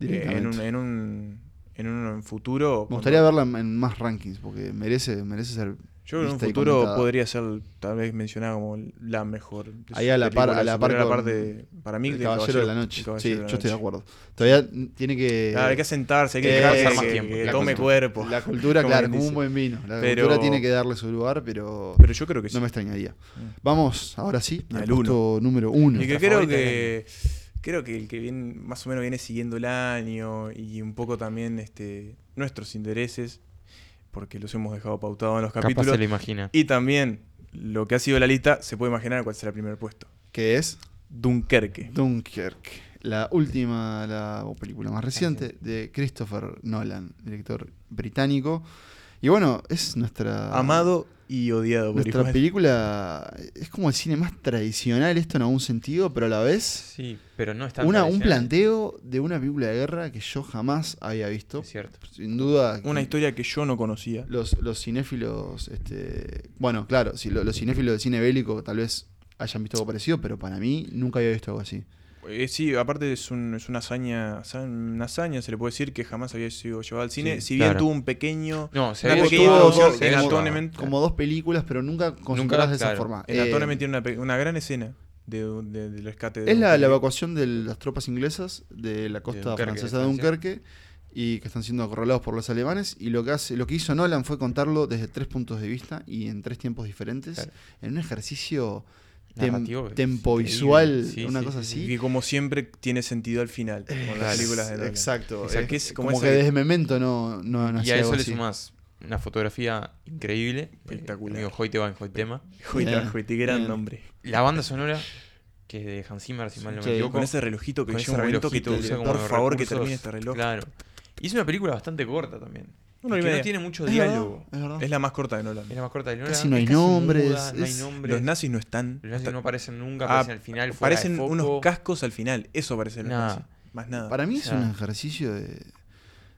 Speaker 3: eh, en, un,
Speaker 1: directamente.
Speaker 3: en, un, en un futuro...
Speaker 1: Me
Speaker 3: cuando-
Speaker 1: gustaría verla en, en más rankings porque merece, merece ser
Speaker 3: Yo creo que en un
Speaker 1: vista y
Speaker 3: futuro
Speaker 1: comentada.
Speaker 3: podría ser tal vez mencionada como la mejor. de
Speaker 1: Ahí
Speaker 3: sus
Speaker 1: a la par- a la
Speaker 3: películas, superior
Speaker 1: par con
Speaker 3: parte, para mí,
Speaker 1: el
Speaker 3: de
Speaker 1: caballero, de la Noche.
Speaker 3: el Caballero
Speaker 1: Sí,
Speaker 3: de
Speaker 1: yo
Speaker 3: la
Speaker 1: estoy de
Speaker 3: Noche.
Speaker 1: acuerdo. Todavía n- tiene que.
Speaker 3: Claro, hay que sentarse, hay que
Speaker 1: Eh,
Speaker 3: dejar
Speaker 1: pasar
Speaker 3: que-
Speaker 1: más
Speaker 2: tiempo,
Speaker 3: que
Speaker 2: la
Speaker 3: tome
Speaker 2: cultura.
Speaker 3: cuerpo.
Speaker 1: la cultura,
Speaker 3: como
Speaker 1: claro,
Speaker 3: bien
Speaker 1: como un
Speaker 3: dice.
Speaker 1: buen vino. La
Speaker 3: Pero-
Speaker 1: cultura tiene que darle su lugar, pero,
Speaker 3: Pero yo creo que sí.
Speaker 1: no me extrañaría.
Speaker 3: Mm.
Speaker 1: Vamos, ahora sí,
Speaker 3: Al
Speaker 1: al puesto número uno.
Speaker 3: Y que
Speaker 2: Nuestra
Speaker 3: creo
Speaker 2: favorita
Speaker 3: que creo que el que viene, más o menos viene siguiendo el año y un poco también este nuestros intereses, porque los hemos dejado pautados en los
Speaker 2: Capaz
Speaker 3: capítulos.
Speaker 2: se lo imagina.
Speaker 3: Y también lo que ha sido la lista, se puede imaginar cuál será el primer puesto.
Speaker 1: Que es
Speaker 3: Dunkerque.
Speaker 1: Dunkirk, la última, la o película más reciente de Christopher Nolan, director británico. Y bueno, es nuestra.
Speaker 3: Amado y odiado por
Speaker 1: Ah. Nuestra
Speaker 3: igual.
Speaker 1: película es como el cine más tradicional, esto en algún sentido, pero a la vez
Speaker 2: Sí, pero no está.
Speaker 1: una, un planteo de una película de guerra que yo jamás había visto.
Speaker 2: Es cierto.
Speaker 1: Sin duda.
Speaker 3: Una historia que yo no conocía.
Speaker 1: Los, los cinéfilos. Este, bueno, claro, si lo- los cinéfilos de cine bélico tal vez hayan visto algo parecido, pero para mí nunca había visto algo así.
Speaker 3: Eh, sí, aparte es, un- es una hazaña, sa- una hazaña, se le puede decir, que jamás había sido llevada al cine.
Speaker 1: Sí,
Speaker 3: si bien
Speaker 2: claro.
Speaker 3: tuvo un pequeño...
Speaker 2: No, se
Speaker 3: Una
Speaker 2: ve
Speaker 3: pequeña
Speaker 2: todo,
Speaker 3: producción
Speaker 2: se ve
Speaker 3: en
Speaker 2: todo.
Speaker 3: Atonement.
Speaker 1: Como dos películas, pero nunca consideradas de esa
Speaker 2: claro.
Speaker 1: forma.
Speaker 3: En
Speaker 1: Eh,
Speaker 3: la tiene una, pe- una gran escena de, de- del rescate. de
Speaker 1: Es la,
Speaker 3: Dunkerque.
Speaker 1: la evacuación de las tropas inglesas de la costa
Speaker 2: Dunkerque,
Speaker 1: francesa
Speaker 2: de
Speaker 1: de
Speaker 2: Francia.
Speaker 1: Dunkerque y que están siendo acorralados por los alemanes y lo que hace, lo que hizo Nolan fue contarlo desde tres puntos de vista y en tres tiempos diferentes
Speaker 2: Claro.
Speaker 1: en un ejercicio tem-
Speaker 2: Narrativo, es
Speaker 1: tempovisual,
Speaker 2: increíble. Sí,
Speaker 1: una
Speaker 2: sí,
Speaker 1: cosa
Speaker 2: sí,
Speaker 1: así.
Speaker 3: Y que como siempre tiene sentido al final. Con las
Speaker 2: claro.
Speaker 3: películas de Nolan.
Speaker 1: Eh, Exacto.
Speaker 3: O sea,
Speaker 1: es
Speaker 3: que es
Speaker 1: como,
Speaker 3: como
Speaker 1: que
Speaker 3: ese-
Speaker 1: desde Memento no, no, no
Speaker 2: Y
Speaker 1: hacía
Speaker 2: a
Speaker 1: algo
Speaker 2: eso le
Speaker 1: así.
Speaker 2: sumás una fotografía increíble.
Speaker 3: Espectacular.
Speaker 2: Digo, Hoy te va en Hoy tema.
Speaker 3: Joy,
Speaker 1: Bien,
Speaker 3: Joy, qué gran
Speaker 1: bien.
Speaker 3: nombre.
Speaker 2: La banda sonora, que es de Hans Zimmer, si mal no
Speaker 1: Sí,
Speaker 2: me equivoco.
Speaker 3: Con ese relojito que
Speaker 2: con
Speaker 3: llega
Speaker 2: ese
Speaker 3: un momento que
Speaker 2: relojito,
Speaker 3: te
Speaker 1: usa
Speaker 3: dice,
Speaker 1: como
Speaker 3: por favor, que
Speaker 2: recursos".
Speaker 3: termine este reloj.
Speaker 2: Claro. Y es una película bastante corta también.
Speaker 3: Una hora
Speaker 2: Y
Speaker 3: y
Speaker 2: que no
Speaker 3: media.
Speaker 2: tiene mucho
Speaker 1: Es
Speaker 2: diálogo.
Speaker 1: verdad, es verdad.
Speaker 3: Es la más corta de Nolan.
Speaker 2: Es la más corta de Nolan.
Speaker 1: Casi no hay
Speaker 2: es muda,
Speaker 1: nombres,
Speaker 2: no hay
Speaker 1: es-
Speaker 2: nombres.
Speaker 3: Los nazis no están.
Speaker 2: Los nazis
Speaker 3: hasta-
Speaker 2: no aparecen nunca,
Speaker 3: Ah,
Speaker 2: aparecen al final. fuera de
Speaker 3: parecen
Speaker 2: foco.
Speaker 3: unos cascos al final. Eso parece los
Speaker 2: Nada.
Speaker 3: nazis. Más nada.
Speaker 1: Para mí es
Speaker 2: sea,
Speaker 1: un ejercicio de,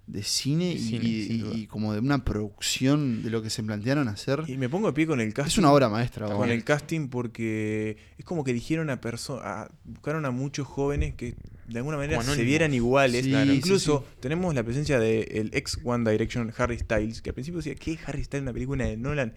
Speaker 1: de cine,
Speaker 2: de
Speaker 1: y-
Speaker 2: cine,
Speaker 1: y,
Speaker 2: sin duda.
Speaker 1: y como de una producción de lo que se plantearon hacer.
Speaker 3: Y me pongo de pie con el casting.
Speaker 1: Es una obra maestra.
Speaker 3: con
Speaker 1: vamos.
Speaker 3: el casting porque es como que eligieron a personas, buscaron a muchos jóvenes que de alguna manera
Speaker 2: Como
Speaker 3: se
Speaker 2: anónimos.
Speaker 3: vieran iguales.
Speaker 1: Sí,
Speaker 2: claro.
Speaker 1: sí,
Speaker 3: Incluso
Speaker 1: sí.
Speaker 3: tenemos la presencia del ex One Direction Harry Styles, que al principio decía, ¿qué Harry Styles en una película de Nolan?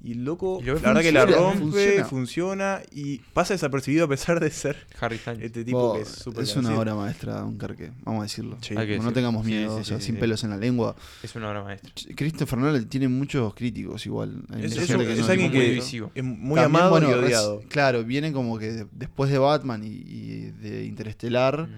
Speaker 3: Y el loco,
Speaker 2: Y lo-
Speaker 3: la verdad que la
Speaker 1: funciona,
Speaker 3: rompe, funciona. y pasa desapercibido a pesar de ser
Speaker 2: Harry Styles.
Speaker 3: este tipo
Speaker 1: Oh,
Speaker 3: que es súper
Speaker 1: es una
Speaker 3: conocido.
Speaker 1: obra maestra, Dunkerque, vamos a decirlo.
Speaker 3: Sí.
Speaker 2: Hay que
Speaker 1: Como no
Speaker 2: decirlo.
Speaker 1: tengamos
Speaker 2: Sí,
Speaker 1: miedo,
Speaker 2: sí,
Speaker 1: o sea,
Speaker 2: sí,
Speaker 1: sin
Speaker 2: sí.
Speaker 1: pelos en la lengua.
Speaker 2: Es una obra maestra.
Speaker 1: Ch- Christopher Nolan tiene muchos críticos igual. Hay mucha
Speaker 3: Es, es
Speaker 1: gente
Speaker 3: un-
Speaker 1: que
Speaker 3: es
Speaker 1: no le
Speaker 3: alguien
Speaker 2: muy
Speaker 1: gusta.
Speaker 3: que
Speaker 2: divisivo.
Speaker 3: es muy
Speaker 1: También,
Speaker 3: amado
Speaker 1: bueno,
Speaker 3: y
Speaker 1: res-
Speaker 3: odiado.
Speaker 1: claro, viene como que de- después de Batman y, y de
Speaker 3: Mm.
Speaker 1: Interestelar.
Speaker 2: Ujú.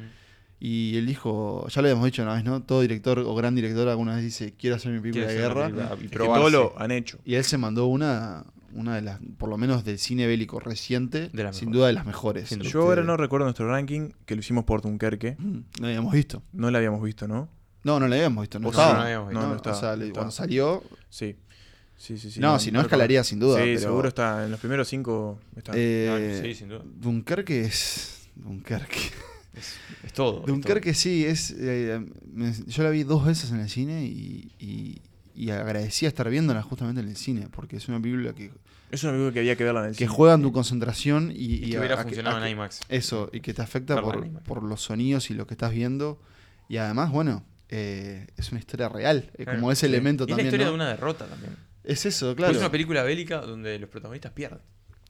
Speaker 1: Y él dijo, ya lo habíamos dicho una vez, ¿no? Todo director o gran director alguna vez dice, quiero hacer mi película
Speaker 2: Quiere
Speaker 1: de
Speaker 2: hacer una
Speaker 1: guerra.
Speaker 2: película Y
Speaker 3: Es que todo
Speaker 2: probarse
Speaker 3: lo han hecho.
Speaker 1: Y él se mandó una, una de las, por lo menos del cine bélico reciente,
Speaker 2: De las
Speaker 1: sin
Speaker 2: mejores.
Speaker 1: duda de las mejores.
Speaker 2: Sin duda.
Speaker 1: Este,
Speaker 3: Yo ahora no recuerdo nuestro ranking, que lo hicimos por Dunkerque.
Speaker 1: Mm, No habíamos visto.
Speaker 3: No lo habíamos visto, ¿no?
Speaker 1: No, no la habíamos visto. No,
Speaker 2: No,
Speaker 1: estaba.
Speaker 2: no la habíamos
Speaker 1: No,
Speaker 2: visto.
Speaker 3: No, no
Speaker 1: o
Speaker 3: estaba,
Speaker 1: sea,
Speaker 3: no
Speaker 1: le-
Speaker 3: estaba.
Speaker 1: cuando salió.
Speaker 3: Sí. Sí, sí, sí.
Speaker 1: no, si no,
Speaker 3: recuerdo.
Speaker 1: escalaría sin duda.
Speaker 3: Sí,
Speaker 1: pero,
Speaker 3: seguro está. En los primeros cinco está.
Speaker 1: eh,
Speaker 2: Claro, sí, sin duda.
Speaker 1: Dunkerque es. Dunkerque.
Speaker 2: Es, es todo. es
Speaker 1: Dunkerque sí, es. eh, me- yo la vi dos veces en el cine y, y, y agradecía estar viéndola justamente en el cine, porque es una película que,
Speaker 3: es un amigo que había que verla en el
Speaker 1: que
Speaker 3: cine.
Speaker 1: juega en tu concentración y. y
Speaker 2: todo. Y que
Speaker 1: a-
Speaker 2: hubiera
Speaker 1: a que-
Speaker 2: funcionado
Speaker 1: a
Speaker 2: en
Speaker 1: que-
Speaker 2: IMAX.
Speaker 1: Eso, y que te afecta
Speaker 2: Verla en
Speaker 1: por,
Speaker 2: IMAX.
Speaker 1: por los sonidos y lo que estás viendo. Y además, bueno, eh, es una historia real, eh,
Speaker 2: Claro,
Speaker 1: como ese
Speaker 3: sí.
Speaker 1: elemento
Speaker 2: Y es la
Speaker 1: también.
Speaker 2: historia
Speaker 1: ¿no?
Speaker 2: de una derrota también.
Speaker 1: Es eso,
Speaker 2: Porque
Speaker 1: claro.
Speaker 2: Es una película bélica donde los protagonistas pierden.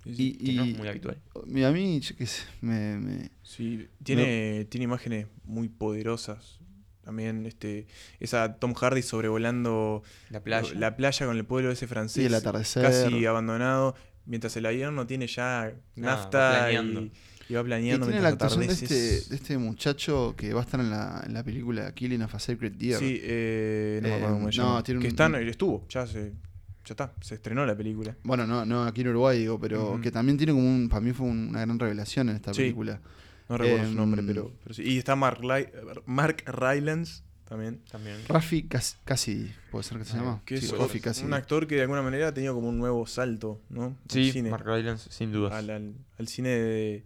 Speaker 3: Sí, sí.
Speaker 1: Y,
Speaker 2: Que no
Speaker 1: y-
Speaker 2: es muy habitual.
Speaker 1: mira, a mí, yo qué sé, me, me-
Speaker 3: Sí, tiene, tiene imágenes muy poderosas. También este esa Tom Hardy sobrevolando
Speaker 2: La playa.
Speaker 3: la playa con el pueblo ese francés.
Speaker 1: sí, el atardecer.
Speaker 3: Casi abandonado. Mientras el avión no tiene ya
Speaker 2: Nada, va
Speaker 3: nafta
Speaker 2: planeando.
Speaker 3: y, y va
Speaker 1: Y
Speaker 3: planeando
Speaker 1: tiene
Speaker 3: mientras
Speaker 1: la actuación de
Speaker 3: atardece.
Speaker 1: este, de este muchacho que va a estar en la, en la película Killing of a Sacred Deer.
Speaker 3: Sí, eh, no me
Speaker 1: Eh,
Speaker 3: acuerdo cómo se
Speaker 1: no,
Speaker 3: llama.
Speaker 1: tiene
Speaker 3: que
Speaker 1: un-
Speaker 3: están, estuvo, ya se, ya está, se estrenó la película.
Speaker 1: Bueno, no, no aquí en Uruguay, digo, pero
Speaker 3: Ujú.
Speaker 1: que también tiene como un. Para mí fue un- una gran revelación en esta
Speaker 3: Sí.
Speaker 1: película.
Speaker 3: No recuerdo su nombre,
Speaker 1: Em,
Speaker 3: pero, pero sí. Y está Mark, Lai- Mark Rylance también.
Speaker 2: También.
Speaker 1: Rafi Cas- Cassidy, puede ser que se
Speaker 2: Ah,
Speaker 1: llama.
Speaker 3: Que
Speaker 1: Sí,
Speaker 3: es
Speaker 2: puede
Speaker 1: Rafi
Speaker 2: ser.
Speaker 1: Cassidy.
Speaker 3: un actor que de alguna manera ha tenido como un nuevo salto, ¿no? Al
Speaker 2: Sí,
Speaker 3: cine,
Speaker 2: Mark Rylance, sin duda.
Speaker 3: al, al- al cine de-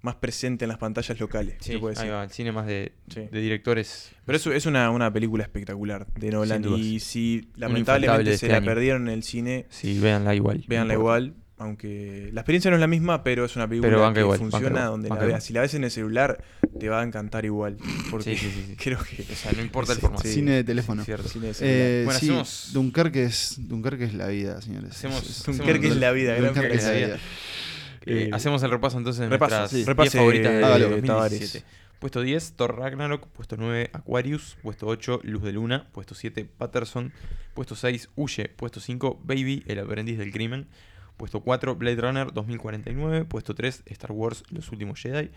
Speaker 3: más presente en las pantallas locales.
Speaker 2: Sí,
Speaker 3: se puede
Speaker 2: ahí
Speaker 3: decir.
Speaker 2: va, el cine más de,
Speaker 3: Sí.
Speaker 2: de directores.
Speaker 3: Pero eso es una, una película espectacular de Nolan. Y si
Speaker 2: infaltable de
Speaker 3: lamentablemente se
Speaker 2: este
Speaker 3: la
Speaker 2: año.
Speaker 3: perdieron en el cine,
Speaker 2: Sí, véanla igual.
Speaker 3: Veanla
Speaker 2: no importa.
Speaker 3: igual, aunque la experiencia no es la misma, pero es una película
Speaker 2: Pero banca
Speaker 3: que
Speaker 2: igual, banca
Speaker 3: funciona
Speaker 2: igual,
Speaker 3: donde
Speaker 2: banca
Speaker 3: la
Speaker 2: igual.
Speaker 3: veas. Si la ves en el celular, te va a encantar igual. Porque
Speaker 2: Sí, sí, sí, sí.
Speaker 3: creo que.
Speaker 2: O sea, no importa el
Speaker 3: Sí,
Speaker 2: formato.
Speaker 3: sí.
Speaker 1: Cine de teléfono.
Speaker 2: Cierto.
Speaker 3: Cine de celular.
Speaker 1: Eh,
Speaker 2: Bueno,
Speaker 1: sí,
Speaker 2: hacemos-
Speaker 1: Dunkerque es, Dunkerque es la vida, señores.
Speaker 2: Hacemos-
Speaker 1: Es-
Speaker 2: hacemos-
Speaker 3: Dunkerque es la vida, gran
Speaker 1: Dunkerque es la
Speaker 2: película.
Speaker 1: vida.
Speaker 2: Eh,
Speaker 3: Eh,
Speaker 2: hacemos el repaso entonces de
Speaker 3: repaso,
Speaker 2: nuestras
Speaker 1: sí.
Speaker 2: 10
Speaker 3: Repase,
Speaker 2: favoritas
Speaker 3: eh,
Speaker 2: de
Speaker 1: hágalo,
Speaker 2: 2017.
Speaker 3: Tavares.
Speaker 2: Puesto 10, Thor Ragnarok. Puesto 9, Aquarius. Puesto 8, Luz de Luna. Puesto 7, Patterson. Puesto 6, Huye. Puesto 5, Baby, el aprendiz del crimen. Puesto 4, Blade Runner 2049. Puesto 3, Star Wars, los últimos Jedi.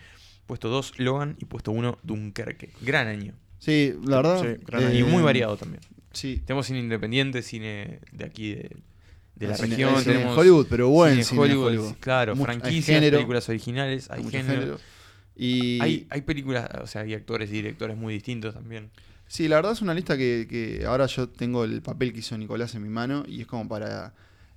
Speaker 2: Puesto 2, Logan. Y puesto 1, Dunkerque. Gran año.
Speaker 1: Sí, la verdad.
Speaker 3: Sí, gran
Speaker 1: eh,
Speaker 2: y muy variado también.
Speaker 1: Sí.
Speaker 2: Tenemos cine independiente, cine de aquí, de, de la
Speaker 1: Cine-
Speaker 2: región.
Speaker 1: cine de
Speaker 2: tenemos
Speaker 1: Hollywood, pero buen
Speaker 2: cine de
Speaker 1: cine de Hollywood.
Speaker 2: Claro,
Speaker 1: Mucho- hay
Speaker 2: franquicias,
Speaker 1: género,
Speaker 2: películas originales, hay
Speaker 1: mucho
Speaker 2: género.
Speaker 1: género. Y
Speaker 2: Hay, hay películas, o sea, hay actores y directores muy distintos también.
Speaker 1: sí, la verdad es una lista que, que ahora yo tengo el papel que hizo Nicolás en mi mano y es como para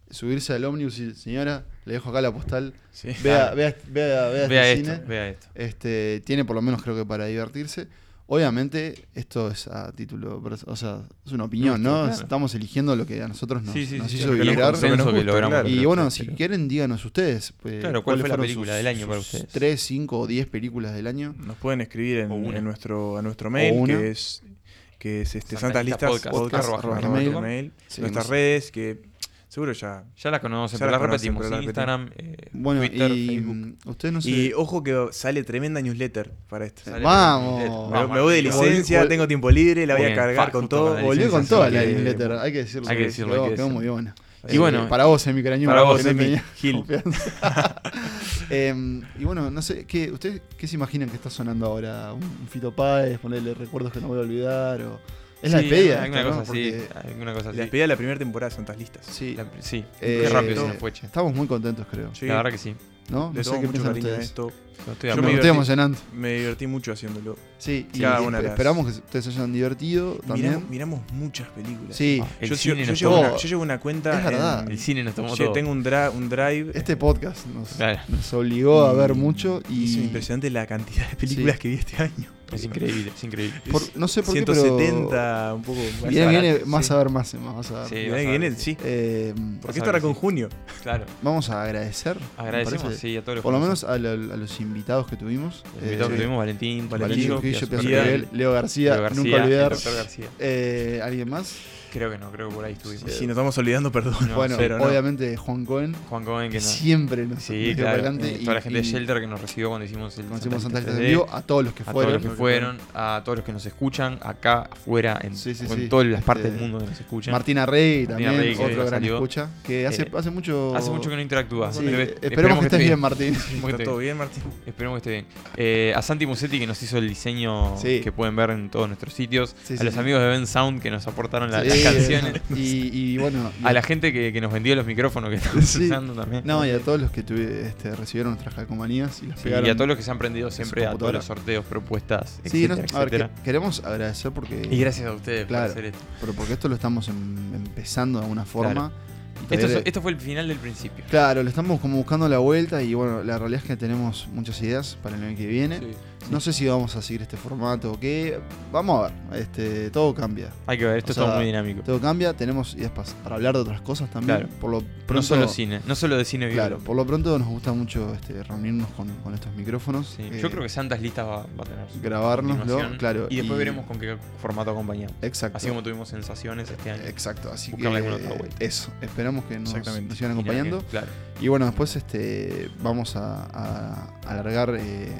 Speaker 1: subirse al ómnibus y señora, le dejo acá la postal.
Speaker 3: Sí.
Speaker 1: Vea, vea, vea, vea,
Speaker 2: Vea
Speaker 1: este
Speaker 2: esto,
Speaker 1: cine.
Speaker 2: vea esto.
Speaker 1: Este, tiene por lo menos creo que para divertirse. Obviamente, esto es a título, pers- o sea, es una opinión,
Speaker 2: Nuestro,
Speaker 1: ¿no?
Speaker 2: claro.
Speaker 1: Estamos eligiendo lo que a nosotros nos,
Speaker 2: sí, sí,
Speaker 1: nos
Speaker 2: sí.
Speaker 1: hizo
Speaker 2: sí, el
Speaker 1: vibrar.
Speaker 2: consenso
Speaker 3: Lo que nos
Speaker 2: que
Speaker 3: gusta,
Speaker 2: logramos.
Speaker 3: claro.
Speaker 1: Y
Speaker 2: pero-
Speaker 1: bueno, si
Speaker 2: pero-
Speaker 1: quieren, díganos ustedes. pues,
Speaker 2: Claro, ¿cuál
Speaker 1: cuáles
Speaker 2: fue la
Speaker 1: fueron
Speaker 2: película
Speaker 1: sus-
Speaker 2: del año para
Speaker 1: sus
Speaker 2: ustedes?
Speaker 1: 3, 5 o 10 películas del año.
Speaker 3: Nos pueden escribir en,
Speaker 2: O una.
Speaker 3: en nuestro, a nuestro
Speaker 1: O
Speaker 3: mail,
Speaker 1: una.
Speaker 3: que es, que es este,
Speaker 2: Santas
Speaker 3: Santas
Speaker 2: Listas
Speaker 3: Listas
Speaker 2: Podcast,
Speaker 3: podcast,
Speaker 1: arroba
Speaker 3: arroba
Speaker 1: gmail.
Speaker 3: gmail.
Speaker 1: Sí,
Speaker 3: Nuestras
Speaker 1: no sé.
Speaker 3: redes, que seguro ya.
Speaker 2: Ya la conocen,
Speaker 3: Ya
Speaker 2: pero
Speaker 3: la
Speaker 2: la
Speaker 3: conocen,
Speaker 2: repetimos.
Speaker 3: pero la
Speaker 2: en Instagram, eh,
Speaker 1: Bueno,
Speaker 2: Twitter,
Speaker 1: y
Speaker 2: Facebook.
Speaker 1: mm, ustedes no sé.
Speaker 3: Y ojo que sale tremenda newsletter para esto.
Speaker 1: Sí.
Speaker 2: Sale
Speaker 1: vamos.
Speaker 2: la newsletter.
Speaker 1: Me-
Speaker 3: Me, me voy de
Speaker 2: Nico.
Speaker 1: Vol-
Speaker 3: licencia,
Speaker 1: vol-
Speaker 3: tengo tiempo libre, la voy
Speaker 2: Muy
Speaker 3: a
Speaker 2: bien,
Speaker 3: cargar
Speaker 2: fact,
Speaker 3: con
Speaker 2: justo
Speaker 3: todo.
Speaker 2: con la
Speaker 1: Volvió
Speaker 2: licencia,
Speaker 1: con
Speaker 2: así
Speaker 1: toda
Speaker 2: que-
Speaker 1: la newsletter, hay que decirlo.
Speaker 2: hay que decirlo,
Speaker 1: Quedó-
Speaker 2: hay que
Speaker 1: quedó muy
Speaker 2: decirlo.
Speaker 1: buena.
Speaker 2: Y bueno,
Speaker 1: para vos, Emi Caraño.
Speaker 3: para vos,
Speaker 1: Emi.
Speaker 3: Emi. Gil.
Speaker 1: Confianza. Em, y bueno, no sé, ¿qué, ¿ustedes qué se imaginan que está sonando ahora? ¿Un, un Fito Páez? Ponerle recuerdos que no voy a olvidar. O... Es la
Speaker 2: Sí,
Speaker 1: despedida.
Speaker 2: Alguna
Speaker 1: esto,
Speaker 2: cosa
Speaker 1: ¿no?
Speaker 2: así.
Speaker 1: Porque-
Speaker 2: Alguna cosa
Speaker 3: La
Speaker 2: así.
Speaker 3: despedida de la primera temporada de Santas Listas.
Speaker 1: sí,
Speaker 2: La- Sí,
Speaker 1: Eh,
Speaker 2: qué rápido se
Speaker 3: no.
Speaker 2: nos fue, che.
Speaker 1: estamos muy contentos, creo.
Speaker 3: Sí,
Speaker 2: La verdad que sí.
Speaker 1: ¿No?
Speaker 3: le
Speaker 1: No sé
Speaker 3: tomo
Speaker 1: qué
Speaker 3: mucho
Speaker 1: piensan
Speaker 3: cariño a
Speaker 1: ustedes.
Speaker 3: esto.
Speaker 2: Estoy de
Speaker 3: Yo
Speaker 1: Yo
Speaker 3: me
Speaker 1: me
Speaker 2: acuerdo.
Speaker 1: estoy
Speaker 3: divertí.
Speaker 1: emocionando.
Speaker 3: Me divertí mucho haciéndolo.
Speaker 1: Sí, y
Speaker 3: Cada una de las-
Speaker 1: esperamos que ustedes se hayan divertido también.
Speaker 3: Miramos, miramos muchas películas.
Speaker 1: Sí,
Speaker 2: El
Speaker 3: Yo,
Speaker 2: cine
Speaker 3: yo- yo
Speaker 2: nos
Speaker 3: llevo
Speaker 1: tomó.
Speaker 3: una, yo llevo una cuenta.
Speaker 1: Es verdad.
Speaker 2: El cine nos tomó
Speaker 3: yo
Speaker 2: todo.
Speaker 3: tengo un, dra- un drive.
Speaker 1: este podcast nos,
Speaker 2: Claro.
Speaker 1: nos obligó a
Speaker 3: y-
Speaker 1: ver mucho
Speaker 3: y Es
Speaker 1: y
Speaker 3: impresionante la cantidad de películas
Speaker 1: Sí.
Speaker 3: que vi este año.
Speaker 2: Es increíble, es increíble.
Speaker 1: por- no sé por qué, pero
Speaker 3: 170, un poco más.
Speaker 1: viene, viene
Speaker 3: barato,
Speaker 1: más
Speaker 3: pues, sí.
Speaker 1: a ver más, más, vas a ver.
Speaker 2: Sí.
Speaker 3: Mirá
Speaker 2: vas
Speaker 3: que
Speaker 2: a ver,
Speaker 3: viene,
Speaker 2: sí.
Speaker 3: sí.
Speaker 1: Eh,
Speaker 3: ¿Por qué
Speaker 2: Vas a
Speaker 3: estará
Speaker 2: ver,
Speaker 3: con
Speaker 2: sí.
Speaker 3: junio?
Speaker 2: Claro.
Speaker 1: vamos a agradecer. me
Speaker 2: Agradecemos,
Speaker 1: parece.
Speaker 2: sí, a todos los
Speaker 1: Por lo
Speaker 2: que
Speaker 1: menos
Speaker 2: nos-
Speaker 1: a, lo- a los invitados que tuvimos.
Speaker 2: Los invitados
Speaker 1: Eh,
Speaker 2: que tuvimos, Valentín,
Speaker 3: Valentín,
Speaker 1: Valentín
Speaker 2: Valentillo,
Speaker 1: Trujillo,
Speaker 2: Piazza
Speaker 1: Piazza
Speaker 2: Perel,
Speaker 1: Miguel, Leo García,
Speaker 2: Leo García,
Speaker 1: nunca
Speaker 2: el
Speaker 1: olvidar.
Speaker 2: doctor García.
Speaker 1: Eh, ¿Alguien más?
Speaker 2: Creo que no, creo que por ahí estuvimos.
Speaker 3: Si, si nos estamos olvidando, perdón.
Speaker 2: No,
Speaker 1: bueno,
Speaker 2: cero,
Speaker 3: no.
Speaker 1: obviamente Juan Cohen,
Speaker 2: Juan Cohen, que
Speaker 1: que
Speaker 2: no.
Speaker 1: siempre nos nos
Speaker 2: Sí,
Speaker 1: dio
Speaker 2: claro.
Speaker 1: para adelante
Speaker 2: eh, toda la
Speaker 1: y-
Speaker 2: gente de
Speaker 1: y
Speaker 2: Shelter que nos recibió cuando hicimos el
Speaker 1: conocimos
Speaker 2: Santa
Speaker 1: Santa Cruz
Speaker 2: Cruz
Speaker 1: en
Speaker 2: TD,
Speaker 1: vivo, a todos los que
Speaker 2: a todos
Speaker 1: fueron.
Speaker 2: los que fueron, a todos los que nos escuchan acá, afuera, en,
Speaker 1: Sí, sí,
Speaker 2: o en
Speaker 1: sí.
Speaker 2: todas las
Speaker 1: Este,
Speaker 2: partes del mundo que nos escuchan.
Speaker 1: Martina Rey
Speaker 2: Martina
Speaker 1: también,
Speaker 2: Rey, que
Speaker 1: otro gran
Speaker 2: salió.
Speaker 1: escucha. Que hace,
Speaker 2: Eh,
Speaker 1: hace mucho.
Speaker 2: Hace mucho que no interactúas.
Speaker 1: Sí,
Speaker 2: pero ve-
Speaker 1: eh, esperemos que estés bien, Martín.
Speaker 2: Esperemos que
Speaker 3: ¿Está
Speaker 2: esté
Speaker 3: todo
Speaker 2: bien.
Speaker 3: bien, Martín?
Speaker 2: Esperemos que esté bien. Eh, a Santi Musetti que nos hizo el diseño
Speaker 1: Sí.
Speaker 2: que pueden ver en todos nuestros sitios.
Speaker 1: Sí,
Speaker 2: a
Speaker 1: sí,
Speaker 2: los
Speaker 1: sí.
Speaker 2: amigos de Ben Sound que nos aportaron la-
Speaker 1: Sí,
Speaker 2: las canciones.
Speaker 1: Y, y bueno. y-
Speaker 2: A la gente que, que nos vendió los micrófonos que estamos
Speaker 1: Sí.
Speaker 2: usando también.
Speaker 1: No, y a todos los que tuve- este, recibieron nuestras calcomanías y las
Speaker 2: Sí,
Speaker 1: pegaron.
Speaker 2: y a todos los que se han prendido siempre a todos
Speaker 1: computadora.
Speaker 2: los sorteos, propuestas,
Speaker 1: Sí, no-
Speaker 2: etcétera,
Speaker 1: a ver, que-
Speaker 2: etcétera.
Speaker 1: queremos agradecer porque.
Speaker 2: Y gracias a ustedes
Speaker 1: Claro.
Speaker 2: por hacer esto.
Speaker 1: pero porque esto lo estamos em- empezando de alguna forma. y
Speaker 2: Esto,
Speaker 1: todavía
Speaker 2: es-
Speaker 1: le-
Speaker 2: esto fue el final del principio.
Speaker 1: Claro, lo estamos como buscando la vuelta y bueno, la realidad es que tenemos muchas ideas para el año que viene. No sé si vamos a seguir este formato o qué. Vamos a ver, este, todo cambia.
Speaker 2: Hay que ver,
Speaker 1: O
Speaker 2: esto es todo
Speaker 1: sea,
Speaker 2: muy dinámico.
Speaker 1: Todo cambia, tenemos ideas pas- para hablar de otras cosas también.
Speaker 2: Claro.
Speaker 1: Por lo pronto,
Speaker 2: no solo cine, no solo de cine vivo.
Speaker 1: Claro, por lo pronto nos gusta mucho este, reunirnos con, con estos micrófonos.
Speaker 2: Sí,
Speaker 1: eh,
Speaker 2: Yo creo que Santas Listas va, va a tener su
Speaker 1: Grabarnoslo,
Speaker 2: continuación.
Speaker 1: claro.
Speaker 2: Y después veremos con qué formato acompañamos.
Speaker 1: Exacto.
Speaker 2: Así como tuvimos sensaciones este año.
Speaker 1: Exacto, así que
Speaker 2: Buscarle alguna otra vuelta.
Speaker 1: eso, esperamos que nos,
Speaker 3: Exactamente.
Speaker 1: nos sigan
Speaker 2: Y nada,
Speaker 1: acompañando.
Speaker 2: que- Claro.
Speaker 1: Y bueno, después este, vamos a, a- a alargar, eh,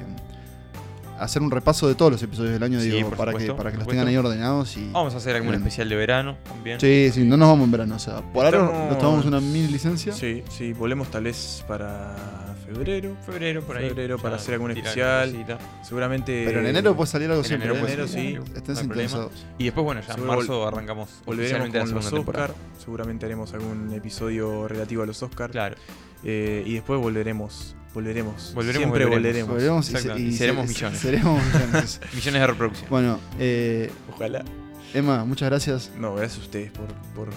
Speaker 1: a hacer un repaso de todos los episodios del año,
Speaker 2: Sí,
Speaker 1: digo,
Speaker 2: por
Speaker 1: para,
Speaker 2: supuesto,
Speaker 1: que, para que
Speaker 2: por
Speaker 1: los tengan ahí
Speaker 2: supuesto.
Speaker 1: ordenados. Y,
Speaker 2: Vamos a hacer algún
Speaker 1: Bien.
Speaker 2: especial de verano también.
Speaker 1: sí, sí, no nos vamos en verano, o sea, por ahora
Speaker 3: Estamos-
Speaker 1: nos tomamos una mini licencia.
Speaker 3: Sí, sí, volvemos tal vez para febrero.
Speaker 2: Febrero por ahí.
Speaker 3: Febrero para
Speaker 2: Ya
Speaker 3: hacer algún
Speaker 2: tirar
Speaker 3: especial.
Speaker 2: cosita.
Speaker 3: Seguramente.
Speaker 1: Pero en enero puede salir algo
Speaker 2: en
Speaker 1: siempre.
Speaker 2: enero
Speaker 1: ¿eh?
Speaker 2: puede salir
Speaker 1: Estén
Speaker 2: algo,
Speaker 1: Estén
Speaker 2: no hay problema.
Speaker 1: sintonizados.
Speaker 2: Y después, bueno, ya en
Speaker 3: Seguro vol-
Speaker 2: marzo arrancamos
Speaker 3: Volveremos
Speaker 2: oficialmente la
Speaker 3: con
Speaker 2: segunda
Speaker 3: los
Speaker 2: temporada.
Speaker 3: Oscar. Seguramente haremos algún episodio relativo a los Oscar.
Speaker 2: Claro.
Speaker 3: Eh, y después volveremos. Volveremos.
Speaker 2: Volveremos,
Speaker 3: Siempre
Speaker 2: volveremos.
Speaker 3: volveremos.
Speaker 1: Volveremos y, se-
Speaker 2: Exactamente, y
Speaker 1: se-
Speaker 2: seremos
Speaker 1: se-
Speaker 2: millones.
Speaker 1: seremos millones.
Speaker 2: Millones de reproducciones.
Speaker 1: bueno, eh,
Speaker 3: Ojalá.
Speaker 1: Emma, muchas gracias.
Speaker 3: No, gracias a ustedes por. por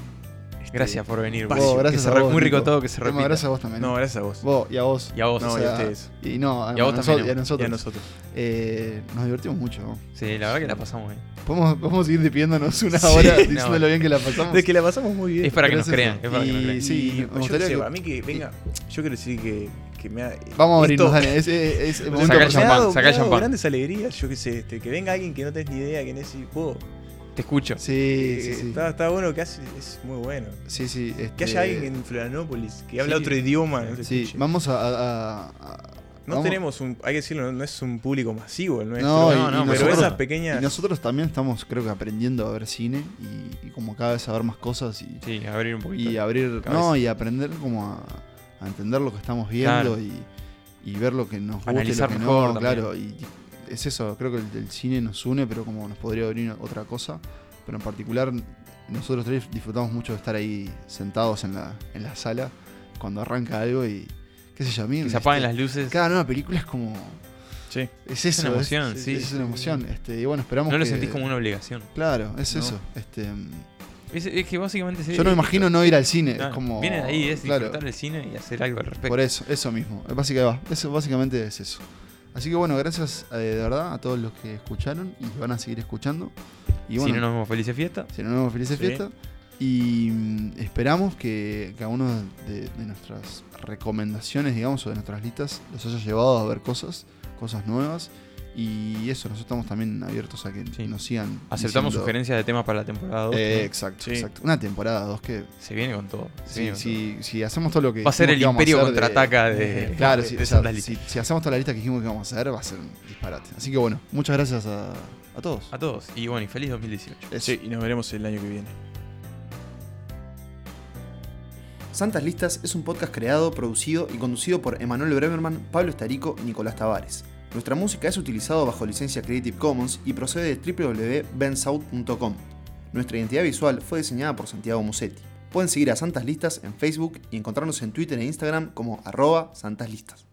Speaker 3: este-
Speaker 2: Gracias por venir.
Speaker 3: Espacio.
Speaker 2: Vos,
Speaker 1: Vos, gracias
Speaker 2: que se
Speaker 1: a
Speaker 2: re-
Speaker 1: vos,
Speaker 2: muy rico
Speaker 1: Nico.
Speaker 2: todo, que se repita.
Speaker 1: Emma, gracias a vos también. ¿eh?
Speaker 3: No, gracias a vos.
Speaker 1: Vos y a vos.
Speaker 2: Y a vos.
Speaker 3: No,
Speaker 1: o
Speaker 3: y a
Speaker 1: sea,
Speaker 3: ustedes.
Speaker 1: Y no, a,
Speaker 2: Y a vos
Speaker 1: nosotros-
Speaker 2: también,
Speaker 1: y a
Speaker 3: Y a
Speaker 1: nosotros.
Speaker 3: nosotros.
Speaker 1: Eh, nos divertimos mucho. ¿no?
Speaker 2: Sí, la verdad que la pasamos bien.
Speaker 1: Podemos, podemos seguir despidiéndonos una
Speaker 3: Sí,
Speaker 1: hora
Speaker 2: no,
Speaker 1: diciéndolo
Speaker 2: bueno.
Speaker 1: bien que la pasamos.
Speaker 3: De que la pasamos muy bien.
Speaker 2: Es para que
Speaker 1: pero
Speaker 2: nos
Speaker 1: es eso.
Speaker 2: crean. Es para que nos
Speaker 1: Y-
Speaker 2: crean.
Speaker 1: sí,
Speaker 3: Y
Speaker 1: me
Speaker 3: yo
Speaker 1: gustaría
Speaker 3: qué sé,
Speaker 1: que-
Speaker 3: a mí que venga. Yo quiero decir que, que me ha.
Speaker 1: Vamos a
Speaker 3: esto-
Speaker 1: abrirnos, dale. Es, es- es el momento
Speaker 2: Saca el
Speaker 1: para-
Speaker 2: champán,
Speaker 3: me ha dado-
Speaker 2: saca
Speaker 3: me
Speaker 2: el
Speaker 3: ha dado
Speaker 2: champán.
Speaker 3: grandes alegrías, yo qué sé, este, que venga alguien que no tenés ni idea quién es y vos.
Speaker 2: Te escucho.
Speaker 1: Sí, sí,
Speaker 3: eh,
Speaker 1: sí.
Speaker 3: Está, está bueno que hace, es muy bueno.
Speaker 1: Sí, sí,
Speaker 3: Que
Speaker 1: este,
Speaker 3: haya alguien en Florianópolis que habla
Speaker 2: Sí.
Speaker 3: otro idioma. No, se
Speaker 1: Sí,
Speaker 3: escuche.
Speaker 1: vamos a. a- a- a-
Speaker 3: No
Speaker 1: vamos-
Speaker 3: tenemos un, hay que decirlo, no, no es un público masivo el nuestro.
Speaker 1: No, y-
Speaker 2: no, no,
Speaker 1: y
Speaker 3: pero
Speaker 1: nosotros,
Speaker 3: esas
Speaker 1: y
Speaker 3: pequeñas.
Speaker 1: nosotros también estamos, creo que, aprendiendo a ver cine y, y como cada vez a ver más cosas y,
Speaker 2: Sí, abrir un poquito.
Speaker 1: y abrir.
Speaker 2: cabeza.
Speaker 1: No, y aprender como a, a entender lo que estamos viendo
Speaker 2: Claro.
Speaker 1: y, y ver lo que nos gusta
Speaker 2: Analizar
Speaker 1: y lo que
Speaker 2: mejor
Speaker 1: no,
Speaker 2: también.
Speaker 1: claro. Y es eso, creo que el, el cine nos une, pero como nos podría abrir otra cosa. Pero en particular, nosotros tres disfrutamos mucho de estar ahí sentados en la, en la sala cuando arranca algo y. qué sé yo, a mí.
Speaker 2: que se
Speaker 1: este,
Speaker 2: apaguen las luces.
Speaker 1: Cada nueva película es como.
Speaker 3: Sí.
Speaker 1: Es eso.
Speaker 2: una emoción, sí,
Speaker 1: Es
Speaker 2: sí,
Speaker 1: una
Speaker 2: sí,
Speaker 1: emoción. Este, y bueno, esperamos
Speaker 2: No lo
Speaker 1: que-
Speaker 2: sentís como una obligación.
Speaker 1: Claro, es
Speaker 3: No.
Speaker 1: eso. Este,
Speaker 2: Es, es que básicamente. es-
Speaker 1: yo no me imagino no ir al cine.
Speaker 2: Claro,
Speaker 1: es como.
Speaker 2: Viene de ahí, es
Speaker 1: claro.
Speaker 2: disfrutar del cine y hacer algo al respecto.
Speaker 1: Por eso, eso mismo. Eh, Básicamente, va. Eso, básicamente es eso. Así que bueno, gracias eh, de verdad a todos los que escucharon y que van a seguir escuchando. Y bueno,
Speaker 2: Si no nos vemos felices fiesta.
Speaker 1: si no nos vemos felices
Speaker 3: Sí.
Speaker 1: fiesta. Y mm, esperamos que cada uno de, de nuestras recomendaciones, digamos, o de nuestras listas, los haya llevado a ver cosas, cosas nuevas. Y eso, nosotros estamos también abiertos a que
Speaker 2: Sí.
Speaker 1: nos sigan.
Speaker 2: Aceptamos
Speaker 1: diciendo-
Speaker 2: sugerencias de temas para la temporada 2.
Speaker 1: Eh, exacto,
Speaker 3: Sí.
Speaker 1: exacto. Una temporada dos que.
Speaker 2: Se viene con todo. se
Speaker 1: Si
Speaker 2: viene con
Speaker 1: si- si hacemos todo lo que.
Speaker 2: todo. Va a ser el
Speaker 1: dijimos que
Speaker 2: imperio
Speaker 1: íbamos a hacer de-
Speaker 2: contraataca de.
Speaker 3: de-
Speaker 1: Claro,
Speaker 2: de-
Speaker 1: si,
Speaker 2: de
Speaker 1: o sea,
Speaker 2: Santas Listas.
Speaker 1: si- si hacemos toda la lista que dijimos que vamos a hacer, va a ser un disparate. Así que bueno, muchas gracias a, a todos.
Speaker 2: A todos. Y bueno, y feliz 2018.
Speaker 1: Eso.
Speaker 3: Sí, y nos veremos el año que viene.
Speaker 4: Santas Listas es un podcast creado, producido y conducido por Emanuel Bremerman, Pablo Estarico y Nicolás Tavares. Nuestra música es utilizada bajo licencia Creative Commons y procede de www.bensound.com. Nuestra identidad visual fue diseñada por Santiago Musetti. Pueden seguir a Santas Listas en Facebook y encontrarnos en Twitter e Instagram como arroba Santas Listas.